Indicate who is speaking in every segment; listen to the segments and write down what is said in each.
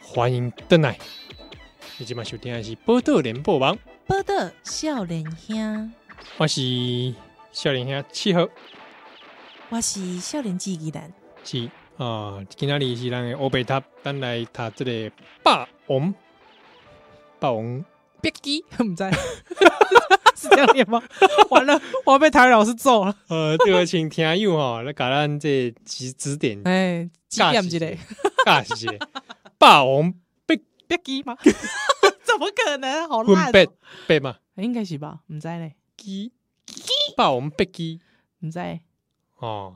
Speaker 1: 欢迎邓来。你今晚收听的是《波特联播网》，
Speaker 2: 报道少年兄，
Speaker 1: 我是少年兄七号，
Speaker 2: 我是少年机器人。
Speaker 1: 是啊、今仔日是咱的欧贝塔，咱来读这个霸王，霸王
Speaker 2: 别急， 不在，是这样念 吗？完了，我要被台语老师揍了。
Speaker 1: 呃，这个请听友吼来给咱这指指点
Speaker 2: 哎，几点之 类？
Speaker 1: 教示一下。霸王
Speaker 2: 别急 吗？怎么可能？好
Speaker 1: 分
Speaker 2: 烂、
Speaker 1: 别
Speaker 2: 哦！
Speaker 1: 别嘛，
Speaker 2: 应该是吧？唔知嘞，
Speaker 1: 鸡霸王别鸡
Speaker 2: 唔知。
Speaker 1: 哦，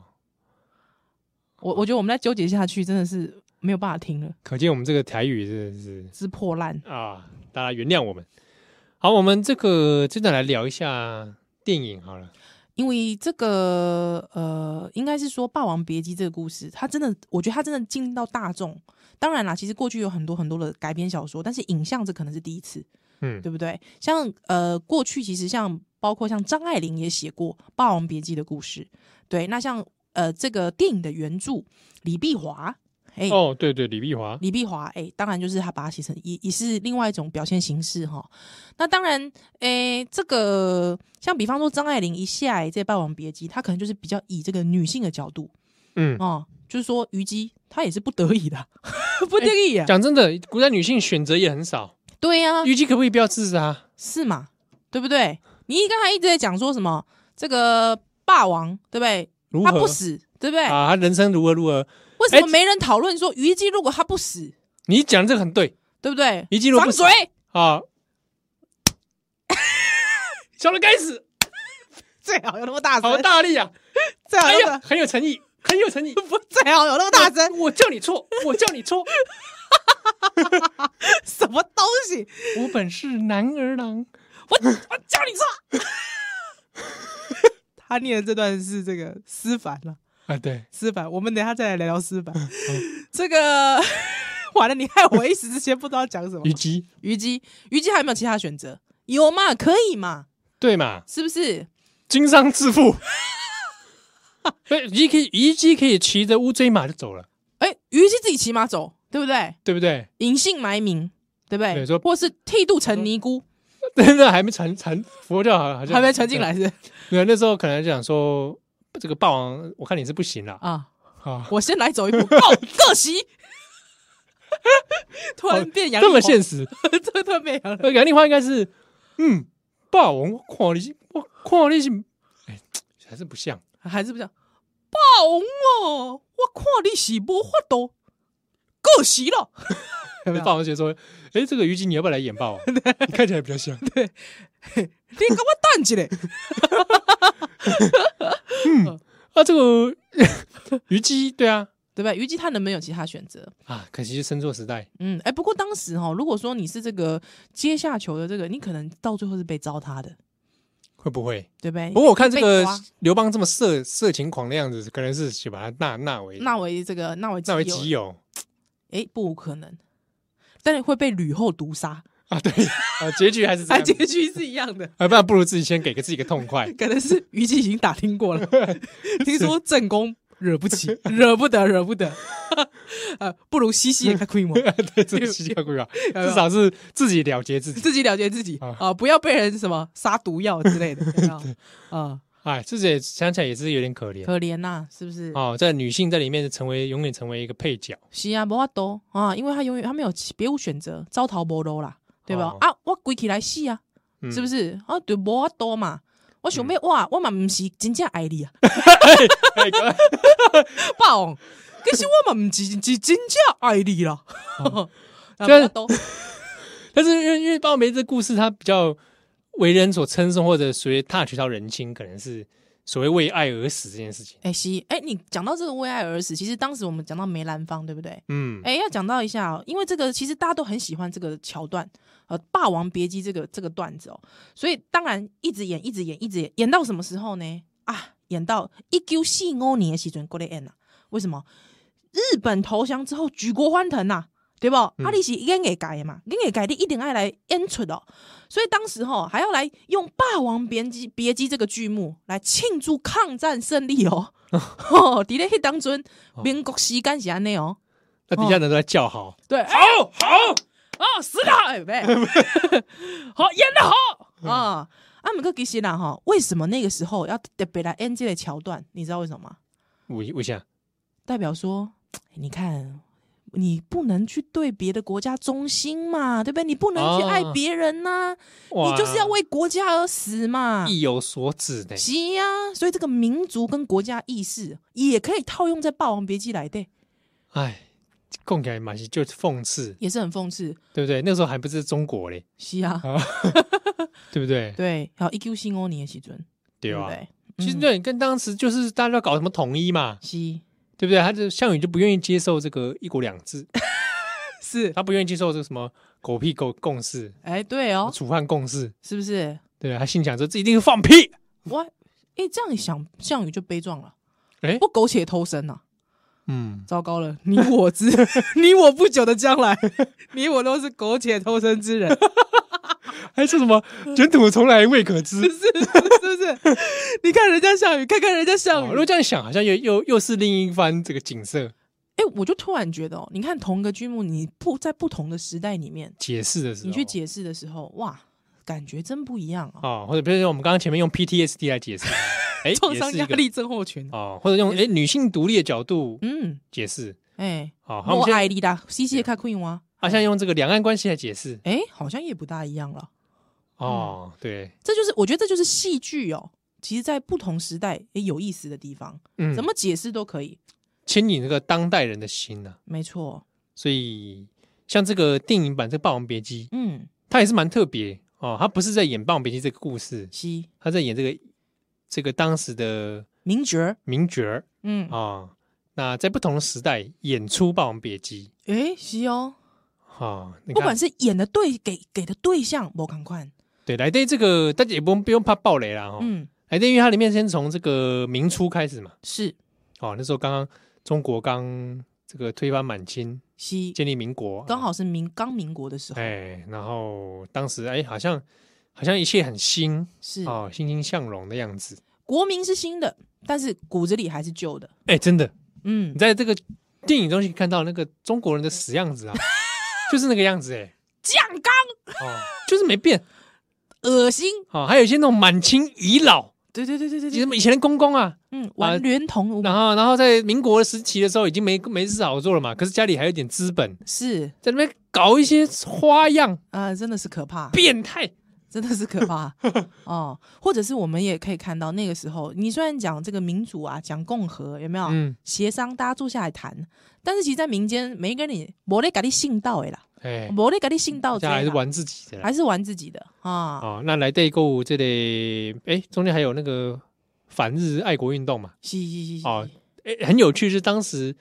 Speaker 2: 我我觉得我们再纠结下去，真的是没有办法听了，
Speaker 1: 可见我们这个台语真的是
Speaker 2: 之破烂。
Speaker 1: 啊，大家原谅我们。好，我们这个真的来聊一下电影好了。
Speaker 2: 因为这个呃，应该是说《霸王别姬》这个故事，它真的，我觉得它真的进入到大众。当然啦，其实过去有很多很多的改编小说，但是影像这可能是第一次。
Speaker 1: 嗯，
Speaker 2: 对不对？像呃，过去其实像包括像张爱玲也写过《霸王别姬》的故事，对。那像呃，这个电影的原著李碧华，哎、
Speaker 1: 哦，对对，李碧华，
Speaker 2: 李碧华，哎、当然就是他把它写成也也是另外一种表现形式哈。那当然，哎、这个像比方说张爱玲一下哎这《霸王别姬》，她可能就是比较以这个女性的角度
Speaker 1: 嗯，
Speaker 2: 哦，就是说虞姬她也是不得已的啊， 不得已啊，
Speaker 1: 哎讲真的，古代女性选择也很少。
Speaker 2: 对啊呀、
Speaker 1: 虞姬可不可以不要自杀？
Speaker 2: 是嘛？对不对？你刚才一直在讲说什么这个霸王，对不对？
Speaker 1: 如
Speaker 2: 他不
Speaker 1: 何
Speaker 2: 死，对不对？
Speaker 1: 啊？她人生如何如何？
Speaker 2: 为什么
Speaker 1: 哎
Speaker 2: 没人讨论说虞姬如果他不死，
Speaker 1: 你讲这个很对
Speaker 2: 对不对？
Speaker 1: 虞姬如果
Speaker 2: 掌
Speaker 1: 不死
Speaker 2: 嘴！
Speaker 1: 啊。小人该死，
Speaker 2: 最好有那么大
Speaker 1: 好大力啊！
Speaker 2: 最好
Speaker 1: 哎
Speaker 2: 有那
Speaker 1: 呀，
Speaker 2: 么
Speaker 1: 很有诚意，很有诚意。
Speaker 2: 不最好有那么大声，
Speaker 1: 我叫你错，我叫你错，
Speaker 2: 什么东西？
Speaker 1: 我本是男儿郎。
Speaker 2: 我我叫你错。 他念的这段是这个思凡了，
Speaker 1: 啊，对，
Speaker 2: 思凡，我们等一下再来聊聊思凡。这个 完了，你害我一时之间不知道讲什么
Speaker 1: 虞。姬，
Speaker 2: 虞姬，虞姬还有没有其他选择？有嘛？可以嘛？
Speaker 1: 对嘛？
Speaker 2: 是不是？
Speaker 1: 经商致富。 对，虞姬可以，虞姬可以骑着乌骓马就走了，
Speaker 2: 哎、虞姬自己骑马走，对不对？
Speaker 1: 对不对？
Speaker 2: 隐姓埋名，对不对？
Speaker 1: 对说
Speaker 2: 或是剃度成尼姑，
Speaker 1: 真的还没传传佛教好，好像
Speaker 2: 还没传进。来是
Speaker 1: 对，那时候可能就想说，这个霸王，我看你是不行了
Speaker 2: 啊！
Speaker 1: 啊，
Speaker 2: 我先 来走一步，告各席。 突然变杨，
Speaker 1: 哦这么现
Speaker 2: 实，
Speaker 1: 实。
Speaker 2: 这个突然变杨了。
Speaker 1: 呃，杨丽花应该是，嗯，霸王，我看你是，我看你是，哎，还是不像。
Speaker 2: 还是不像霸王哦，我看你是无法度，各席了。 有没有
Speaker 1: 霸王觉得说，哎，这个虞姬你要不要来演 霸王？你看起来比较像。
Speaker 2: 你给我 等一下，
Speaker 1: 啊，这个 虞姬，对啊，
Speaker 2: 对不对？虞姬她能不能有其他选择？
Speaker 1: 啊，可惜是生错时代。
Speaker 2: 嗯，哎、不过当时哦，如果说你是这个阶下囚的这个，你可能到最后是被糟蹋的，
Speaker 1: 会不会？
Speaker 2: 对不对？
Speaker 1: 不过我看这个
Speaker 2: 被抓
Speaker 1: 刘邦这么色色情狂的样子，可能是想把他纳纳为
Speaker 2: 纳为这个纳为
Speaker 1: 纳为
Speaker 2: 己有
Speaker 1: 己有
Speaker 2: 哎，不可能，但是会被吕后毒杀，
Speaker 1: 啊， 对啊，结局还是这
Speaker 2: 啊，
Speaker 1: 样子，
Speaker 2: 结局是一样的。。
Speaker 1: 啊，不然不如自己先给个自己个痛快
Speaker 2: 可能是虞姬已经打 听过了，听说正宫惹不起，惹不得，惹不得， 呃，不如西西也开规模，
Speaker 1: 对，这是奇怪怪吧，至少是自己了结自己。
Speaker 2: 自己了解自己啊、不要被人什么杀毒药之 类的，有没有啊、
Speaker 1: 哎，自己也想起来也是有点可怜
Speaker 2: 可怜呐、是不是？
Speaker 1: 哦，在女性在里面成为永远成为一个配角，
Speaker 2: 是啊，无法度啊，因为他永远他没有其别无选择，招逃无路啦，对吧？
Speaker 1: 哦
Speaker 2: 啊，我归起来死啊，
Speaker 1: 嗯
Speaker 2: 是不？是？啊，对，无法度嘛。我想要哇，我嘛不是真正爱你啊，
Speaker 1: 哎各位
Speaker 2: 霸王，可是我嘛唔是是真正爱你啦。
Speaker 1: 哦
Speaker 2: 啊
Speaker 1: 这
Speaker 2: 我都
Speaker 1: 但是因为因为鲍梅这故事，它比较为人所称颂，或者所谓 touch 到人心，可能是所谓为爱而死这件事情。
Speaker 2: 哎西哎，你讲到这个为爱而死，其实当时我们讲到梅兰芳，对不对？
Speaker 1: 嗯，
Speaker 2: 哎，要讲到一下、哦，因为这个其实大家都很喜欢这个桥段，呃，《霸王别姬》这个这个段子哦，所以当然一直演，一直演，一直演，演到什么时候呢？啊，演到一九四五年的时阵过来演啊，为什么？日本投降之后举国欢腾呐、对不？啊，
Speaker 1: 嗯
Speaker 2: 你是演给改的嘛，演给改你一定爱来演出哦，所以当时吼、还要来用《霸王别姬》别姬这个剧目来庆祝 抗战胜利哦。哦，伫咧迄当中，民国时间是安尼哦。
Speaker 1: 那底下人都在叫好，
Speaker 2: 对，好
Speaker 1: 好，
Speaker 2: 哦，死了，哎喂，好演的好
Speaker 1: 嗯
Speaker 2: 啊！啊，姆克吉西兰哈，为什么那个时候要特别来 NG 的桥段？你知道为什么吗？
Speaker 1: 我我想
Speaker 2: 代表说，哎你看，你不能去对别的国家忠心嘛，对不对？你不能去爱
Speaker 1: 哦
Speaker 2: 别人呐、
Speaker 1: 哇
Speaker 2: 你就是要为国家而死嘛。
Speaker 1: 意有所指呢。
Speaker 2: 是呀、所以这个民族跟国家意识也可以套用在《霸王别姬》来的，
Speaker 1: 哎，共感马西就是讽刺，
Speaker 2: 也是很讽刺。
Speaker 1: 对不对？那时候还不是中国嘞，
Speaker 2: 是啊，
Speaker 1: 对不对？
Speaker 2: 对，还有 EQ 新欧尼的时阵，
Speaker 1: 对
Speaker 2: 不
Speaker 1: 吧？
Speaker 2: 对？
Speaker 1: 其实
Speaker 2: 嗯
Speaker 1: 对，跟当时就是大家要搞什么统一嘛，
Speaker 2: 是
Speaker 1: 对不对？他就项羽就不愿意接受这个一国两制，
Speaker 2: 是，
Speaker 1: 他不愿意接受这个什么狗屁狗共识、
Speaker 2: 哎，对哦，
Speaker 1: 楚汉共识，
Speaker 2: 是不是？
Speaker 1: 对不对？他心想说这一定是放屁，
Speaker 2: 哇，哎，这样一想，项羽就悲壮了，
Speaker 1: 哎
Speaker 2: 不苟且偷生呐、啊
Speaker 1: 嗯，
Speaker 2: 糟糕了，你我之 你我不久的将来，你我都是苟且偷生之人，
Speaker 1: 还说什 么卷土重来未可知。
Speaker 2: 是不是？ 你看人家项羽，看看人家项
Speaker 1: 哦
Speaker 2: 羽
Speaker 1: 如，果这样想，好像又又又是另一番这个景色
Speaker 2: 哎、我就突然觉得哦，你看同个剧目，你不在不同的时代里面，
Speaker 1: 解释的时候，
Speaker 2: 你去解释的时候，哇，感觉真不一样啊！
Speaker 1: 啊、或者比如说我们刚刚前面用 PTSD 来解释，哎，
Speaker 2: 创
Speaker 1: 也
Speaker 2: 伤
Speaker 1: 是一
Speaker 2: 压
Speaker 1: 个
Speaker 2: 力症候群，
Speaker 1: 哦，或者用哎女性独立的角度
Speaker 2: 嗯，
Speaker 1: 解释，
Speaker 2: 哎、
Speaker 1: 好，好我
Speaker 2: 我
Speaker 1: 们现在
Speaker 2: 爱丽达，C C 看 Queen 吗？
Speaker 1: 啊，现在用这个两岸关系来解释，
Speaker 2: 哎、好像也不大一样了。嗯
Speaker 1: 哦，对，
Speaker 2: 这就是我觉得这就是戏剧哦，其实在不同时代也有意思的地方，
Speaker 1: 嗯，
Speaker 2: 怎么解释都可以。
Speaker 1: 牵引这个当代人的心呢、
Speaker 2: 没错，
Speaker 1: 所以像这个电影版这个《霸王别姬》，
Speaker 2: 嗯，
Speaker 1: 它也是蛮特别哦，它不是在演《霸王别姬》这个故事，
Speaker 2: 西
Speaker 1: 它在演这个这个当时的
Speaker 2: 名角儿，
Speaker 1: 名角儿
Speaker 2: 嗯，
Speaker 1: 啊、哦那在不同的时代演出《霸王别姬
Speaker 2: 哎、西哦，》
Speaker 1: 啊、你
Speaker 2: 不
Speaker 1: 看
Speaker 2: 管是演的对给给的对象，我赶快，
Speaker 1: 对来对这个大家也不用不用怕暴雷啦哈、哦，
Speaker 2: 嗯，
Speaker 1: 来对，因为它里面先从这个明初开始嘛，
Speaker 2: 是
Speaker 1: 哦，那时候刚刚中国刚这个推翻满清，
Speaker 2: 西，
Speaker 1: 建立民国，
Speaker 2: 刚好是民刚民国的时候，
Speaker 1: 哦哎，然后当时哎，好像好像一切很新
Speaker 2: 是
Speaker 1: 哦，欣欣向荣的样子。
Speaker 2: 国民是新的，但是骨子里还是旧的。
Speaker 1: 哎，真的，
Speaker 2: 嗯
Speaker 1: 你，在这个电影中去看到那个中国人的死样子啊， 就是那个样子哎，
Speaker 2: 酱缸
Speaker 1: 哦，就是没变
Speaker 2: 恶心，
Speaker 1: 哦。还有一些那种满清遗老，
Speaker 2: 对对对对对
Speaker 1: 什
Speaker 2: 对，
Speaker 1: 么以前的公公啊，
Speaker 2: 嗯，完全同无
Speaker 1: 然后然后在民国时期的时候已经没没事好做了嘛，可是家里还有点资本，
Speaker 2: 是
Speaker 1: 在那边搞一些花样，
Speaker 2: 啊，真的是可怕，
Speaker 1: 变态。
Speaker 2: 真的是可 怕哦。或者是我们也可以看到那个时候，你虽然讲这个民主啊，讲共和，有没有？
Speaker 1: 嗯，
Speaker 2: 协商，大家坐下来谈，但是其实，在民间没跟你没得给你信道的啦，
Speaker 1: 哎，
Speaker 2: 没得给你信道
Speaker 1: 大
Speaker 2: 哦这啊
Speaker 1: 家还是玩自己的啦。
Speaker 2: 还是玩自己的啊，
Speaker 1: 哦，那来代购这类，哎，中间还有那个反日爱国运动嘛，
Speaker 2: 是是是是，
Speaker 1: 哦哎，很有趣，是当时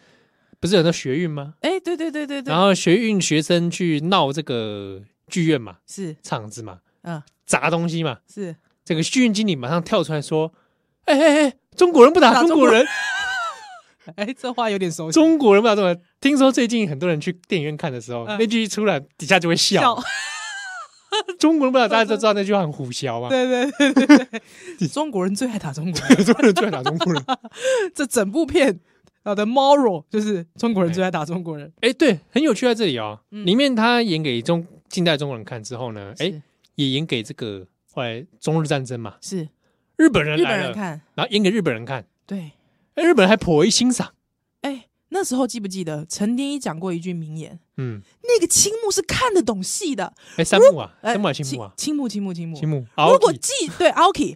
Speaker 1: 不是有那学运吗？
Speaker 2: 哎，对对对对对
Speaker 1: 然，后学运学生去闹这个剧院嘛，
Speaker 2: 是，
Speaker 1: 场子嘛，
Speaker 2: 嗯，
Speaker 1: 砸东西嘛，
Speaker 2: 是。
Speaker 1: 这个剧院经理马上跳出来说：“哎哎哎，中国人不打
Speaker 2: 打
Speaker 1: 中
Speaker 2: 中
Speaker 1: 国
Speaker 2: 国
Speaker 1: 人，
Speaker 2: 哎，这话有点熟
Speaker 1: 中国人不打中国人。”听说最近很多人去电影院看的时候，
Speaker 2: 嗯
Speaker 1: 那句一出来，底下就会笑。中国人不打，大家都知道那句话很胡笑嘛，
Speaker 2: 对对对对对， 中国人最爱打中 国 人，
Speaker 1: 中国人最爱打中国人。
Speaker 2: 这整部片啊的 moral 就是中国人最爱打中国人。
Speaker 1: 哎，对，很有趣在这里哦。
Speaker 2: 嗯
Speaker 1: 里面他演给中近代中国人看之后呢，哎
Speaker 2: 是，
Speaker 1: 也演给这个后来中日战争嘛，
Speaker 2: 是
Speaker 1: 日本人
Speaker 2: 日
Speaker 1: 来
Speaker 2: 本
Speaker 1: 了
Speaker 2: 人，看，
Speaker 1: 然后演给日本人看，
Speaker 2: 对，
Speaker 1: 哎，日本人还颇为欣赏。
Speaker 2: 哎，那时候记不记得陈天一讲过一句名言？
Speaker 1: 嗯，
Speaker 2: 那个青木是看得懂戏的，
Speaker 1: 哎，三木啊，
Speaker 2: 哎
Speaker 1: 三木啊，青木啊，
Speaker 2: 青木青木青木
Speaker 1: 青。木，
Speaker 2: 如
Speaker 1: 青
Speaker 2: 果
Speaker 1: 木
Speaker 2: 继对 Aoki，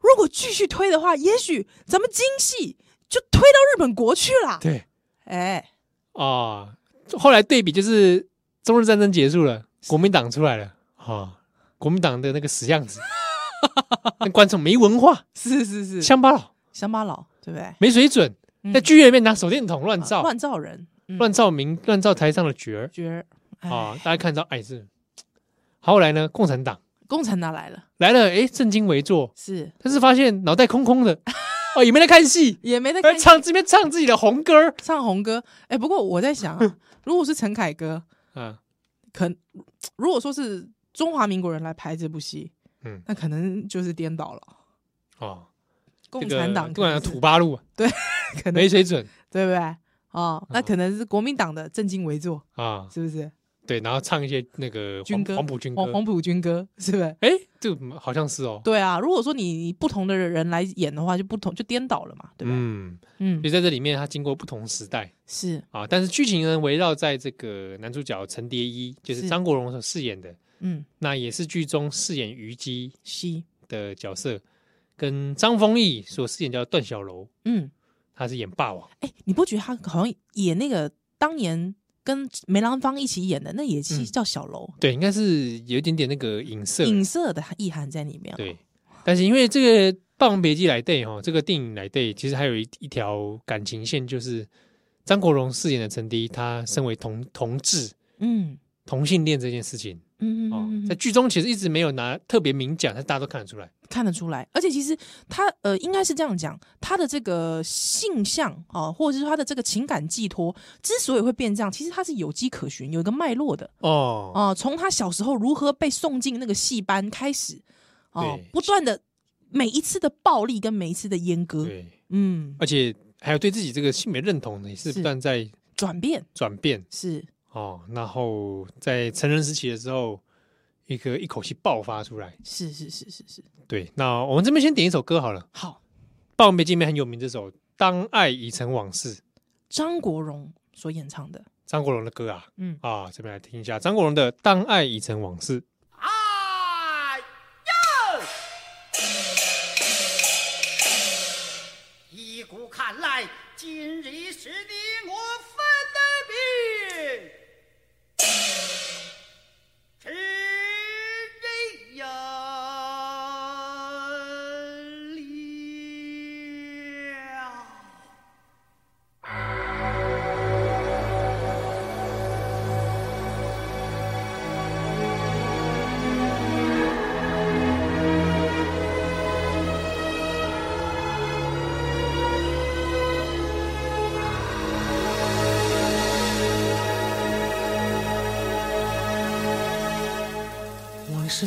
Speaker 2: 如果继续推的话，也许咱们京戏就推到日本国去了。
Speaker 1: 对
Speaker 2: 哎，
Speaker 1: 啊，后来对比就是中日战争结束了，国民党出来了啊，国民党的那个死样 子，那观众没文化，
Speaker 2: 是是是，乡
Speaker 1: 乡巴佬
Speaker 2: 乡巴佬对不对？
Speaker 1: 没水准，
Speaker 2: 嗯啊
Speaker 1: 在剧院里面拿手电筒乱照，
Speaker 2: 乱造人，嗯
Speaker 1: 乱照明，乱照台上的角儿。
Speaker 2: 角儿
Speaker 1: 啊、
Speaker 2: 哎，
Speaker 1: 大家看到哎是，后来呢，共产党
Speaker 2: 共产党来了，
Speaker 1: 来了，哎，正襟危坐，
Speaker 2: 是
Speaker 1: 但是发现脑袋空空 的，哦，也没在看戏，
Speaker 2: 也没在
Speaker 1: 还
Speaker 2: 看
Speaker 1: 哎唱这边唱自己的红歌儿
Speaker 2: 唱红歌。哎、不过我在想、 啊，如果是陈凯歌，
Speaker 1: 啊，
Speaker 2: 可能如果说是中华民国人来拍这部戏，
Speaker 1: 嗯，
Speaker 2: 那可能就是颠倒了。
Speaker 1: 哦，
Speaker 2: 共产党
Speaker 1: 共
Speaker 2: 可
Speaker 1: 产
Speaker 2: 能
Speaker 1: 党
Speaker 2: 是，
Speaker 1: 啊土八路
Speaker 2: 可能
Speaker 1: 没水准，嗯
Speaker 2: 对不对？哦，那可能是国民党的正襟危坐，
Speaker 1: 啊，
Speaker 2: 是不是？
Speaker 1: 对，然后唱一些那个
Speaker 2: 军
Speaker 1: 黄
Speaker 2: 歌
Speaker 1: 黄埔军歌
Speaker 2: 黄，黄埔军歌是不是？
Speaker 1: 哎，这个好像是哦，
Speaker 2: 对啊，如果说你你不同的人来演的话，就不同就颠倒了嘛，对吧？
Speaker 1: 嗯，
Speaker 2: 嗯
Speaker 1: 所，以在这里面，它经过不同时代
Speaker 2: 是，
Speaker 1: 啊，但是剧情呢围绕在这个男主角陈蝶衣，就是
Speaker 2: 是
Speaker 1: 张国荣所饰演的，
Speaker 2: 嗯，
Speaker 1: 那也是剧中饰演虞姬
Speaker 2: 西，
Speaker 1: 的角色，跟张丰毅所饰演叫段小楼，
Speaker 2: 嗯，
Speaker 1: 他是演霸王，
Speaker 2: 哎，你不觉得他好像演那个当年跟梅兰芳一起演的那也
Speaker 1: 嗯
Speaker 2: 戏叫小楼，
Speaker 1: 对，应该是有一点点那个影射，
Speaker 2: 影射的意涵在里面。，
Speaker 1: 对，但是因为这个《霸王别姬》来对哈，这个电影来对，其实还有一一条感情线，就是张国荣饰演的陈迪，他身为同同志
Speaker 2: 嗯
Speaker 1: 同性恋这件事情
Speaker 2: 嗯嗯
Speaker 1: 哦
Speaker 2: 嗯，嗯
Speaker 1: 在剧中其实一直没有拿特别明讲，但大家都看得出来，
Speaker 2: 看得出来，而且其实他呃，应该是这样讲，他的这个性向啊、或者是他的这个情感寄托，之所以会变这样，其实他是有迹可循，有一个脉络的
Speaker 1: 哦，
Speaker 2: 啊、从他小时候如何被送进那个戏班开始，哦、
Speaker 1: 对
Speaker 2: 不断的每一次的暴力跟每一次的阉割，
Speaker 1: 对，
Speaker 2: 嗯，
Speaker 1: 而且还有对自己这个性别认同呢，也是不
Speaker 2: 是
Speaker 1: 断在
Speaker 2: 转变
Speaker 1: 转变
Speaker 2: 是
Speaker 1: 哦，然后在成人时期的时候。一个一口气爆发出来，
Speaker 2: 是是是是是，
Speaker 1: 对，那我们这边先点一首歌好了，《
Speaker 2: 好，
Speaker 1: 霸王别姬》里面很有名这首《当爱已成往事》，
Speaker 2: 张国荣所演唱的，
Speaker 1: 张国荣的歌啊
Speaker 2: 嗯，
Speaker 1: 啊，这边来听一下张国荣的《当爱已成往事》。
Speaker 3: 哎呦！依古看来，今日是你我分别之人了。
Speaker 4: 往事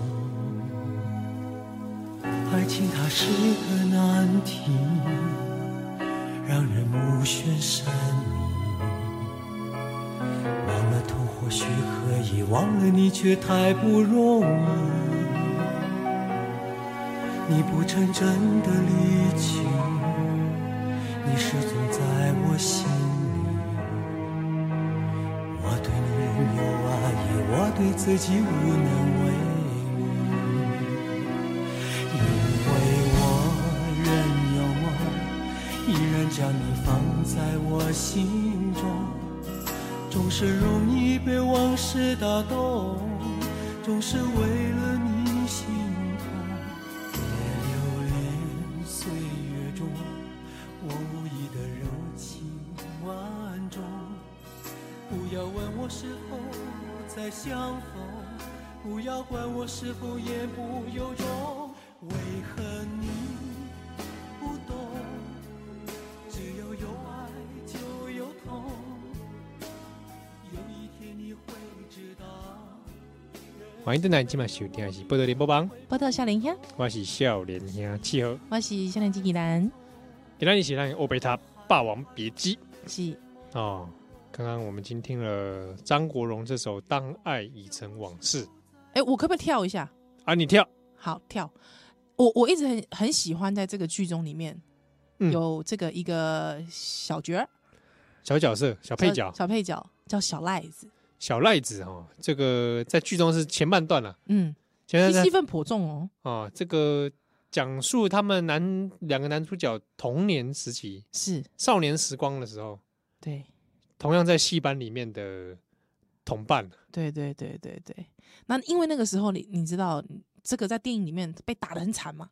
Speaker 4: 爱情它是个难题，让人目眩神迷。忘了痛或许可以，忘了你却太不容易。你不曾真的离去，你始终在我心里。我对你仍有爱意，我对自己无能为力。因为我仍有梦，依然将你放在我心中。总是容易被往事打动，总是为了你心痛。别留恋岁月中，我无意的柔情万种。不要问我是否再相逢，不要管我是否言不由衷。为何你不懂？只有有爱就有痛，有一天你会知道。
Speaker 1: 欢迎回来，今晚收听的是《波多连播帮》，
Speaker 2: 报道夏林香，
Speaker 1: 我是笑脸兄契合，
Speaker 2: 我是夏林基吉兰，
Speaker 1: 给大家一起让欧贝塔《霸王别姬》
Speaker 2: 是
Speaker 1: 哦。刚刚我们已经听了张国荣这首《当爱已成往事》
Speaker 2: 哎，我可不可以跳一下？
Speaker 1: 啊，你跳
Speaker 2: 好跳。我我一直很很喜欢在这个剧中里面、
Speaker 1: 嗯
Speaker 2: 有这个一个小角儿
Speaker 1: 小角色、小配角
Speaker 2: 小、小配角叫小赖子，
Speaker 1: 小赖子哦，这个在剧中是前半段了、
Speaker 2: 嗯，
Speaker 1: 前半
Speaker 2: 戏
Speaker 1: 段
Speaker 2: 戏份颇重哦，
Speaker 1: 啊、这个讲述他们男两个男主角童年时期、
Speaker 2: 是
Speaker 1: 少年时光的时候，
Speaker 2: 对
Speaker 1: 同样在戏班里面的同伴，
Speaker 2: 对对对对对。那因为那个时候你你知道这个在电影里面被打的很惨嘛，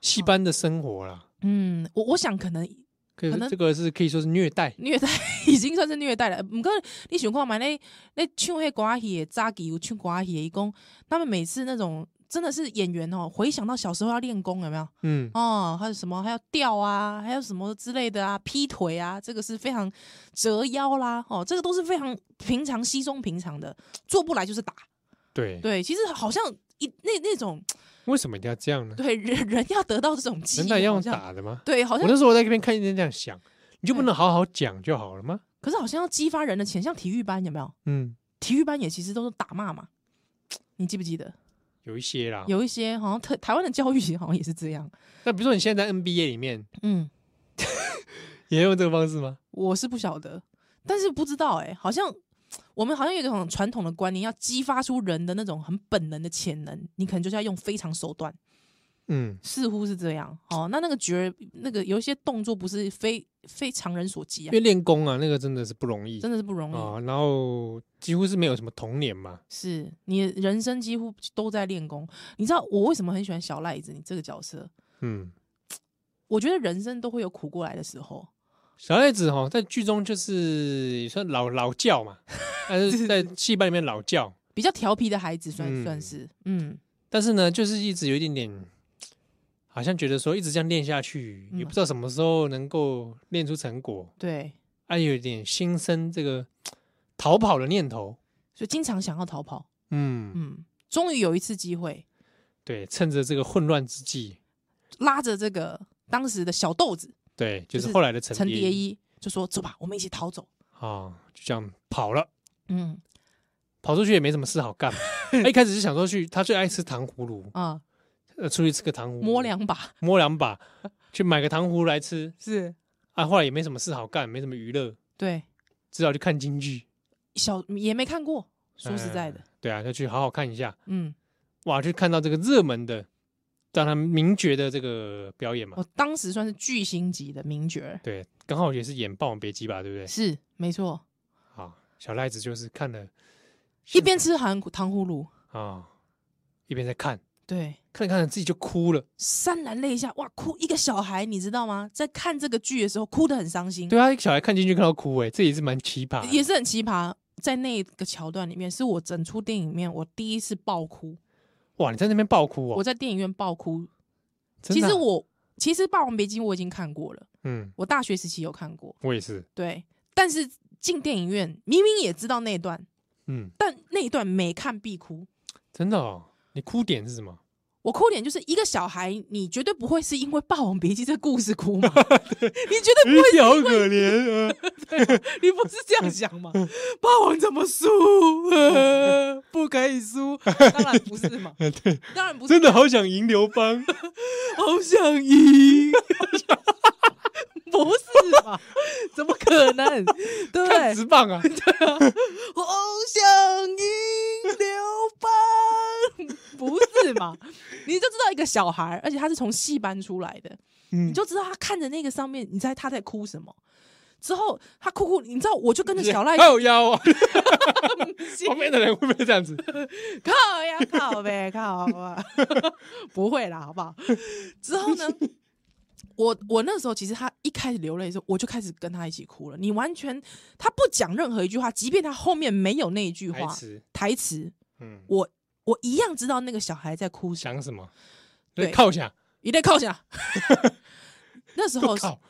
Speaker 1: 戏班的生活啦，
Speaker 2: 嗯，我我想可能
Speaker 1: 可
Speaker 2: 可
Speaker 1: 是
Speaker 2: 能
Speaker 1: 这个是可以说是虐待，
Speaker 2: 虐待 已经算是虐待了。不过你想看嘛？那那唱那歌戏的早期有唱歌戏的，伊讲他们每次那种真的是演员哦，回想到小时候要练功有没有？
Speaker 1: 嗯，
Speaker 2: 哦，还有什么还要吊啊，还有什么之类的啊，劈腿啊，这个是非常折腰啦，哦，这个都是非常平常、稀松平常的，做不来就是打。
Speaker 1: 对，
Speaker 2: 对，其实好像一那那种
Speaker 1: 为什么一定要这样呢？
Speaker 2: 对人人要得到这种基
Speaker 1: 难
Speaker 2: 因，
Speaker 1: 道要
Speaker 2: 好
Speaker 1: 用
Speaker 2: 像，
Speaker 1: 打的吗？
Speaker 2: 对，好
Speaker 1: 我
Speaker 2: 像
Speaker 1: 那时候我在那边看一人这样想，你就不
Speaker 2: 哎
Speaker 1: 能好好讲就好了吗？
Speaker 2: 可是好像要激发人的潜，像体育班有没有？
Speaker 1: 嗯，
Speaker 2: 体育班也其实都是打骂嘛，你记不记得？
Speaker 1: 有一些啦，
Speaker 2: 有一些好像特台湾的教育其实好像也是这样。
Speaker 1: 那比如说你现在在 NBA 里面
Speaker 2: 嗯，
Speaker 1: 也用这个方式吗？
Speaker 2: 我是不晓得，但是不知道哎、好像我们好像有一种传统的观念，要激发出人的那种很本能的潜能，你可能就是要用非常手段，
Speaker 1: 嗯，
Speaker 2: 似乎是这样。哦，那那个绝那个有一些动作不是非非常人所及
Speaker 1: 因
Speaker 2: 啊，
Speaker 1: 为练功啊，那个真的是不容易
Speaker 2: 真的是不容易。
Speaker 1: 啊，然后几乎是没有什么童年嘛，
Speaker 2: 是你人生几乎都在练功，你知道我为什么很喜欢小赖子你这个角色？
Speaker 1: 嗯，
Speaker 2: 我觉得人生都会有苦过来的时候，
Speaker 1: 小赖子哈，在剧中就是也算老老教 嘛，但是在戏班里面老教，
Speaker 2: 比较调皮的孩子算、
Speaker 1: 嗯
Speaker 2: 算是，嗯，
Speaker 1: 但是呢，就是一直有一点点，好像觉得说一直这样练下去，
Speaker 2: 嗯
Speaker 1: 也不知道什么时候能够练出成果，
Speaker 2: 对，
Speaker 1: 啊，有一点心生这个逃跑的念头。
Speaker 2: 所以经常想要逃跑，
Speaker 1: 嗯，
Speaker 2: 嗯，终于有一次机会，
Speaker 1: 对，趁着这个混乱之际，
Speaker 2: 拉着这个当时的小豆子
Speaker 1: 对，就
Speaker 2: 就是
Speaker 1: 是后来的陈
Speaker 2: 陈
Speaker 1: 蝶
Speaker 2: 蝶
Speaker 1: 衣
Speaker 2: 衣，就说：“走吧，我们一起逃走。
Speaker 1: 啊，就这样跑了。”
Speaker 2: 嗯
Speaker 1: 跑出去也没什么事好 干嘛，他一开始就想说去，他最爱吃糖葫芦，
Speaker 2: 啊，
Speaker 1: 呃，出去吃个糖葫芦，
Speaker 2: 摸两把
Speaker 1: 摸两把，去买个糖葫芦来吃
Speaker 2: 是，
Speaker 1: 啊。后来也没什么事好干，没什么娱乐，
Speaker 2: 对，
Speaker 1: 只好去看京剧。
Speaker 2: 小也没看过，说实在的
Speaker 1: 嗯，对啊，就去好好看一下。
Speaker 2: 嗯，
Speaker 1: 哇，就看到这个热门的，让他名角的这个表演嘛
Speaker 2: 我。当时算是巨星级的名角儿，
Speaker 1: 对，刚好也是演《霸王别姬》吧，对不对？
Speaker 2: 是没错，
Speaker 1: 啊，小赖子就是看了
Speaker 2: 一边吃糖糖葫芦，
Speaker 1: 啊，一边在看，
Speaker 2: 对，
Speaker 1: 看着看着自己就哭了。
Speaker 2: 潸然泪下，哇，哭一个小孩，你知道吗？在看这个剧的时候，哭得很伤心，
Speaker 1: 对啊，一个小孩看进去看到哭、欸，哎，这也是蛮奇葩的。
Speaker 2: 也是很奇葩。在那个桥段里面，是我整出电影里面我第一次爆哭，
Speaker 1: 哇，你在那边爆哭哦、
Speaker 2: 我在电影院爆哭。
Speaker 1: 真
Speaker 2: 其
Speaker 1: 的啊
Speaker 2: 实我其实《霸王别姬》我已经看过了，
Speaker 1: 嗯，
Speaker 2: 我大学时期有看过，
Speaker 1: 我也是，
Speaker 2: 对。但是进电影院明明也知道那一段，
Speaker 1: 嗯，
Speaker 2: 但那一段每看必哭。
Speaker 1: 真的哦。你哭点是什么？
Speaker 2: 我哭点就是一个小孩，你绝对不会是因为《霸王别姬》这故 事哭嘛？ 你绝对不会
Speaker 1: 你 好可怜啊！
Speaker 2: 你不是这样想吗？霸王怎么输？呃不可以输，当然不是 嘛，
Speaker 1: 呃对，
Speaker 2: 当然不是
Speaker 1: 真，的好想赢刘邦，
Speaker 2: 好想赢， 不是嘛？怎么可 能？对不
Speaker 1: 看
Speaker 2: 对，
Speaker 1: 直棒啊！
Speaker 2: 好想赢刘邦，不是嘛？ 你就知道一个小孩，而且他是从戏班出来的，
Speaker 1: 嗯
Speaker 2: 你就知道他看着那个上面，你猜他在哭什么？之后他哭哭，你知道，我就跟着 小赖
Speaker 1: 靠腰啊， 旁边的人会不会这样子？
Speaker 2: 靠呀靠呗靠啊， 不会啦，好不好？之后呢，我我那时候其实他一开始流泪的时候，我就开始跟他一起哭了。你完全他不讲任何一句话，即便他后面没有那一句
Speaker 1: 台
Speaker 2: 话
Speaker 1: 词，
Speaker 2: 台词，
Speaker 1: 嗯，
Speaker 2: 我我一样知道那个小孩在哭什么，
Speaker 1: 想什么？
Speaker 2: 对
Speaker 1: 靠想，
Speaker 2: 一定 靠下。那时候
Speaker 1: 靠，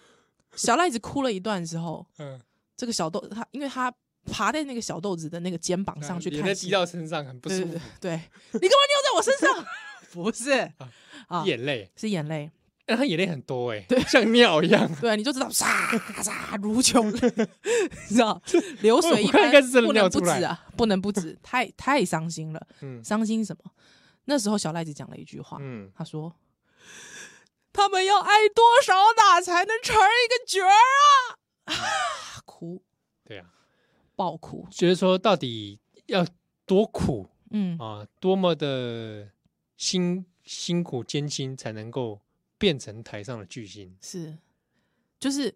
Speaker 2: 小赖子哭了一段之后，
Speaker 1: 嗯，
Speaker 2: 这个小豆他因为他爬在那个小豆子的那个肩膀上去
Speaker 1: 也
Speaker 2: 看
Speaker 1: 在
Speaker 2: 戏
Speaker 1: 滴到身上很不
Speaker 2: 对
Speaker 1: 舒
Speaker 2: 对
Speaker 1: 服
Speaker 2: 对，，对你干嘛尿在我身 上？不是
Speaker 1: 啊
Speaker 2: 啊，
Speaker 1: 眼泪，
Speaker 2: 是眼泪，
Speaker 1: 但他眼泪很多哎，像尿一样。
Speaker 2: 对，你就知道沙沙如 穷，你知道流水一
Speaker 1: 我看
Speaker 2: 般，
Speaker 1: 应该是真的
Speaker 2: 不
Speaker 1: 尿
Speaker 2: 能
Speaker 1: 出
Speaker 2: 不
Speaker 1: 来
Speaker 2: 止啊，不能不止，太太伤心了，
Speaker 1: 嗯
Speaker 2: 伤心什么？那时候小赖子讲了一句话，
Speaker 1: 嗯，
Speaker 2: 他说：“他们要挨多少打才能成一个角儿啊？” 哭，
Speaker 1: 对啊，
Speaker 2: 爆哭，
Speaker 1: 觉得说到底要多苦
Speaker 2: 嗯，
Speaker 1: 啊，多么的辛辛苦艰辛才能够变成台上的巨星。
Speaker 2: 是，就是，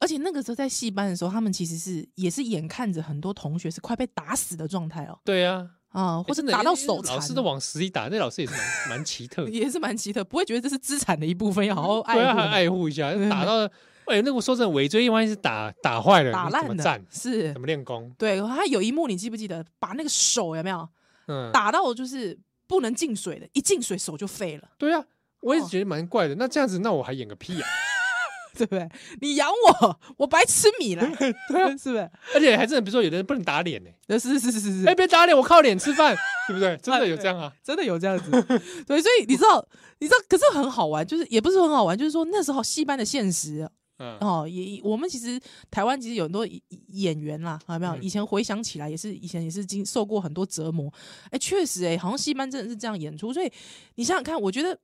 Speaker 2: 而且那个时候在戏班的时候，他们其实是也是眼看着很多同学是快被打死的状态哦，
Speaker 1: 对啊，
Speaker 2: 啊、或
Speaker 1: 欸
Speaker 2: 者
Speaker 1: 真的
Speaker 2: 打到
Speaker 1: 因为
Speaker 2: 手残哦，
Speaker 1: 老师都往死里打，那老师也是蛮 蛮奇特的，
Speaker 2: 也是蛮奇特，不会觉得这是资产的一部分，要好好爱
Speaker 1: 对啊，
Speaker 2: 护
Speaker 1: 还
Speaker 2: 的。
Speaker 1: 爱护一下，打到哎、那我说真的，尾椎万一是打打坏了，
Speaker 2: 打
Speaker 1: 你
Speaker 2: 烂
Speaker 1: 怎么
Speaker 2: 的
Speaker 1: 站，，
Speaker 2: 是
Speaker 1: 怎么练功？
Speaker 2: 对。他有一幕你记不记得，把那个手有没有
Speaker 1: 嗯，
Speaker 2: 打到就是不能进水的，一进水手就废了，
Speaker 1: 对啊，我也是
Speaker 2: 哦
Speaker 1: 觉得蛮怪的。那这样子，那我还演个屁啊！
Speaker 2: 对不对？你养我，我白吃米了，
Speaker 1: 对啊，
Speaker 2: 是不是？
Speaker 1: 而且还真的，比如说有的人不能打脸呢、
Speaker 2: 呃是是是是是
Speaker 1: 哎、，别打脸，我靠脸吃饭，对不对？真的有这样啊？
Speaker 2: 真的有这样子，对，所以你知道，你知道，可是很好玩，就是也不是很好玩，就是说那时候戏班的现实
Speaker 1: 嗯，
Speaker 2: 哦，也我们其实台湾其实有很多演演员啦，有没有？
Speaker 1: 嗯
Speaker 2: 以前回想起来，也是以前也是经受过很多折磨，哎，确实，哎，好像戏班真的是这样演出，所以你想想看，我觉得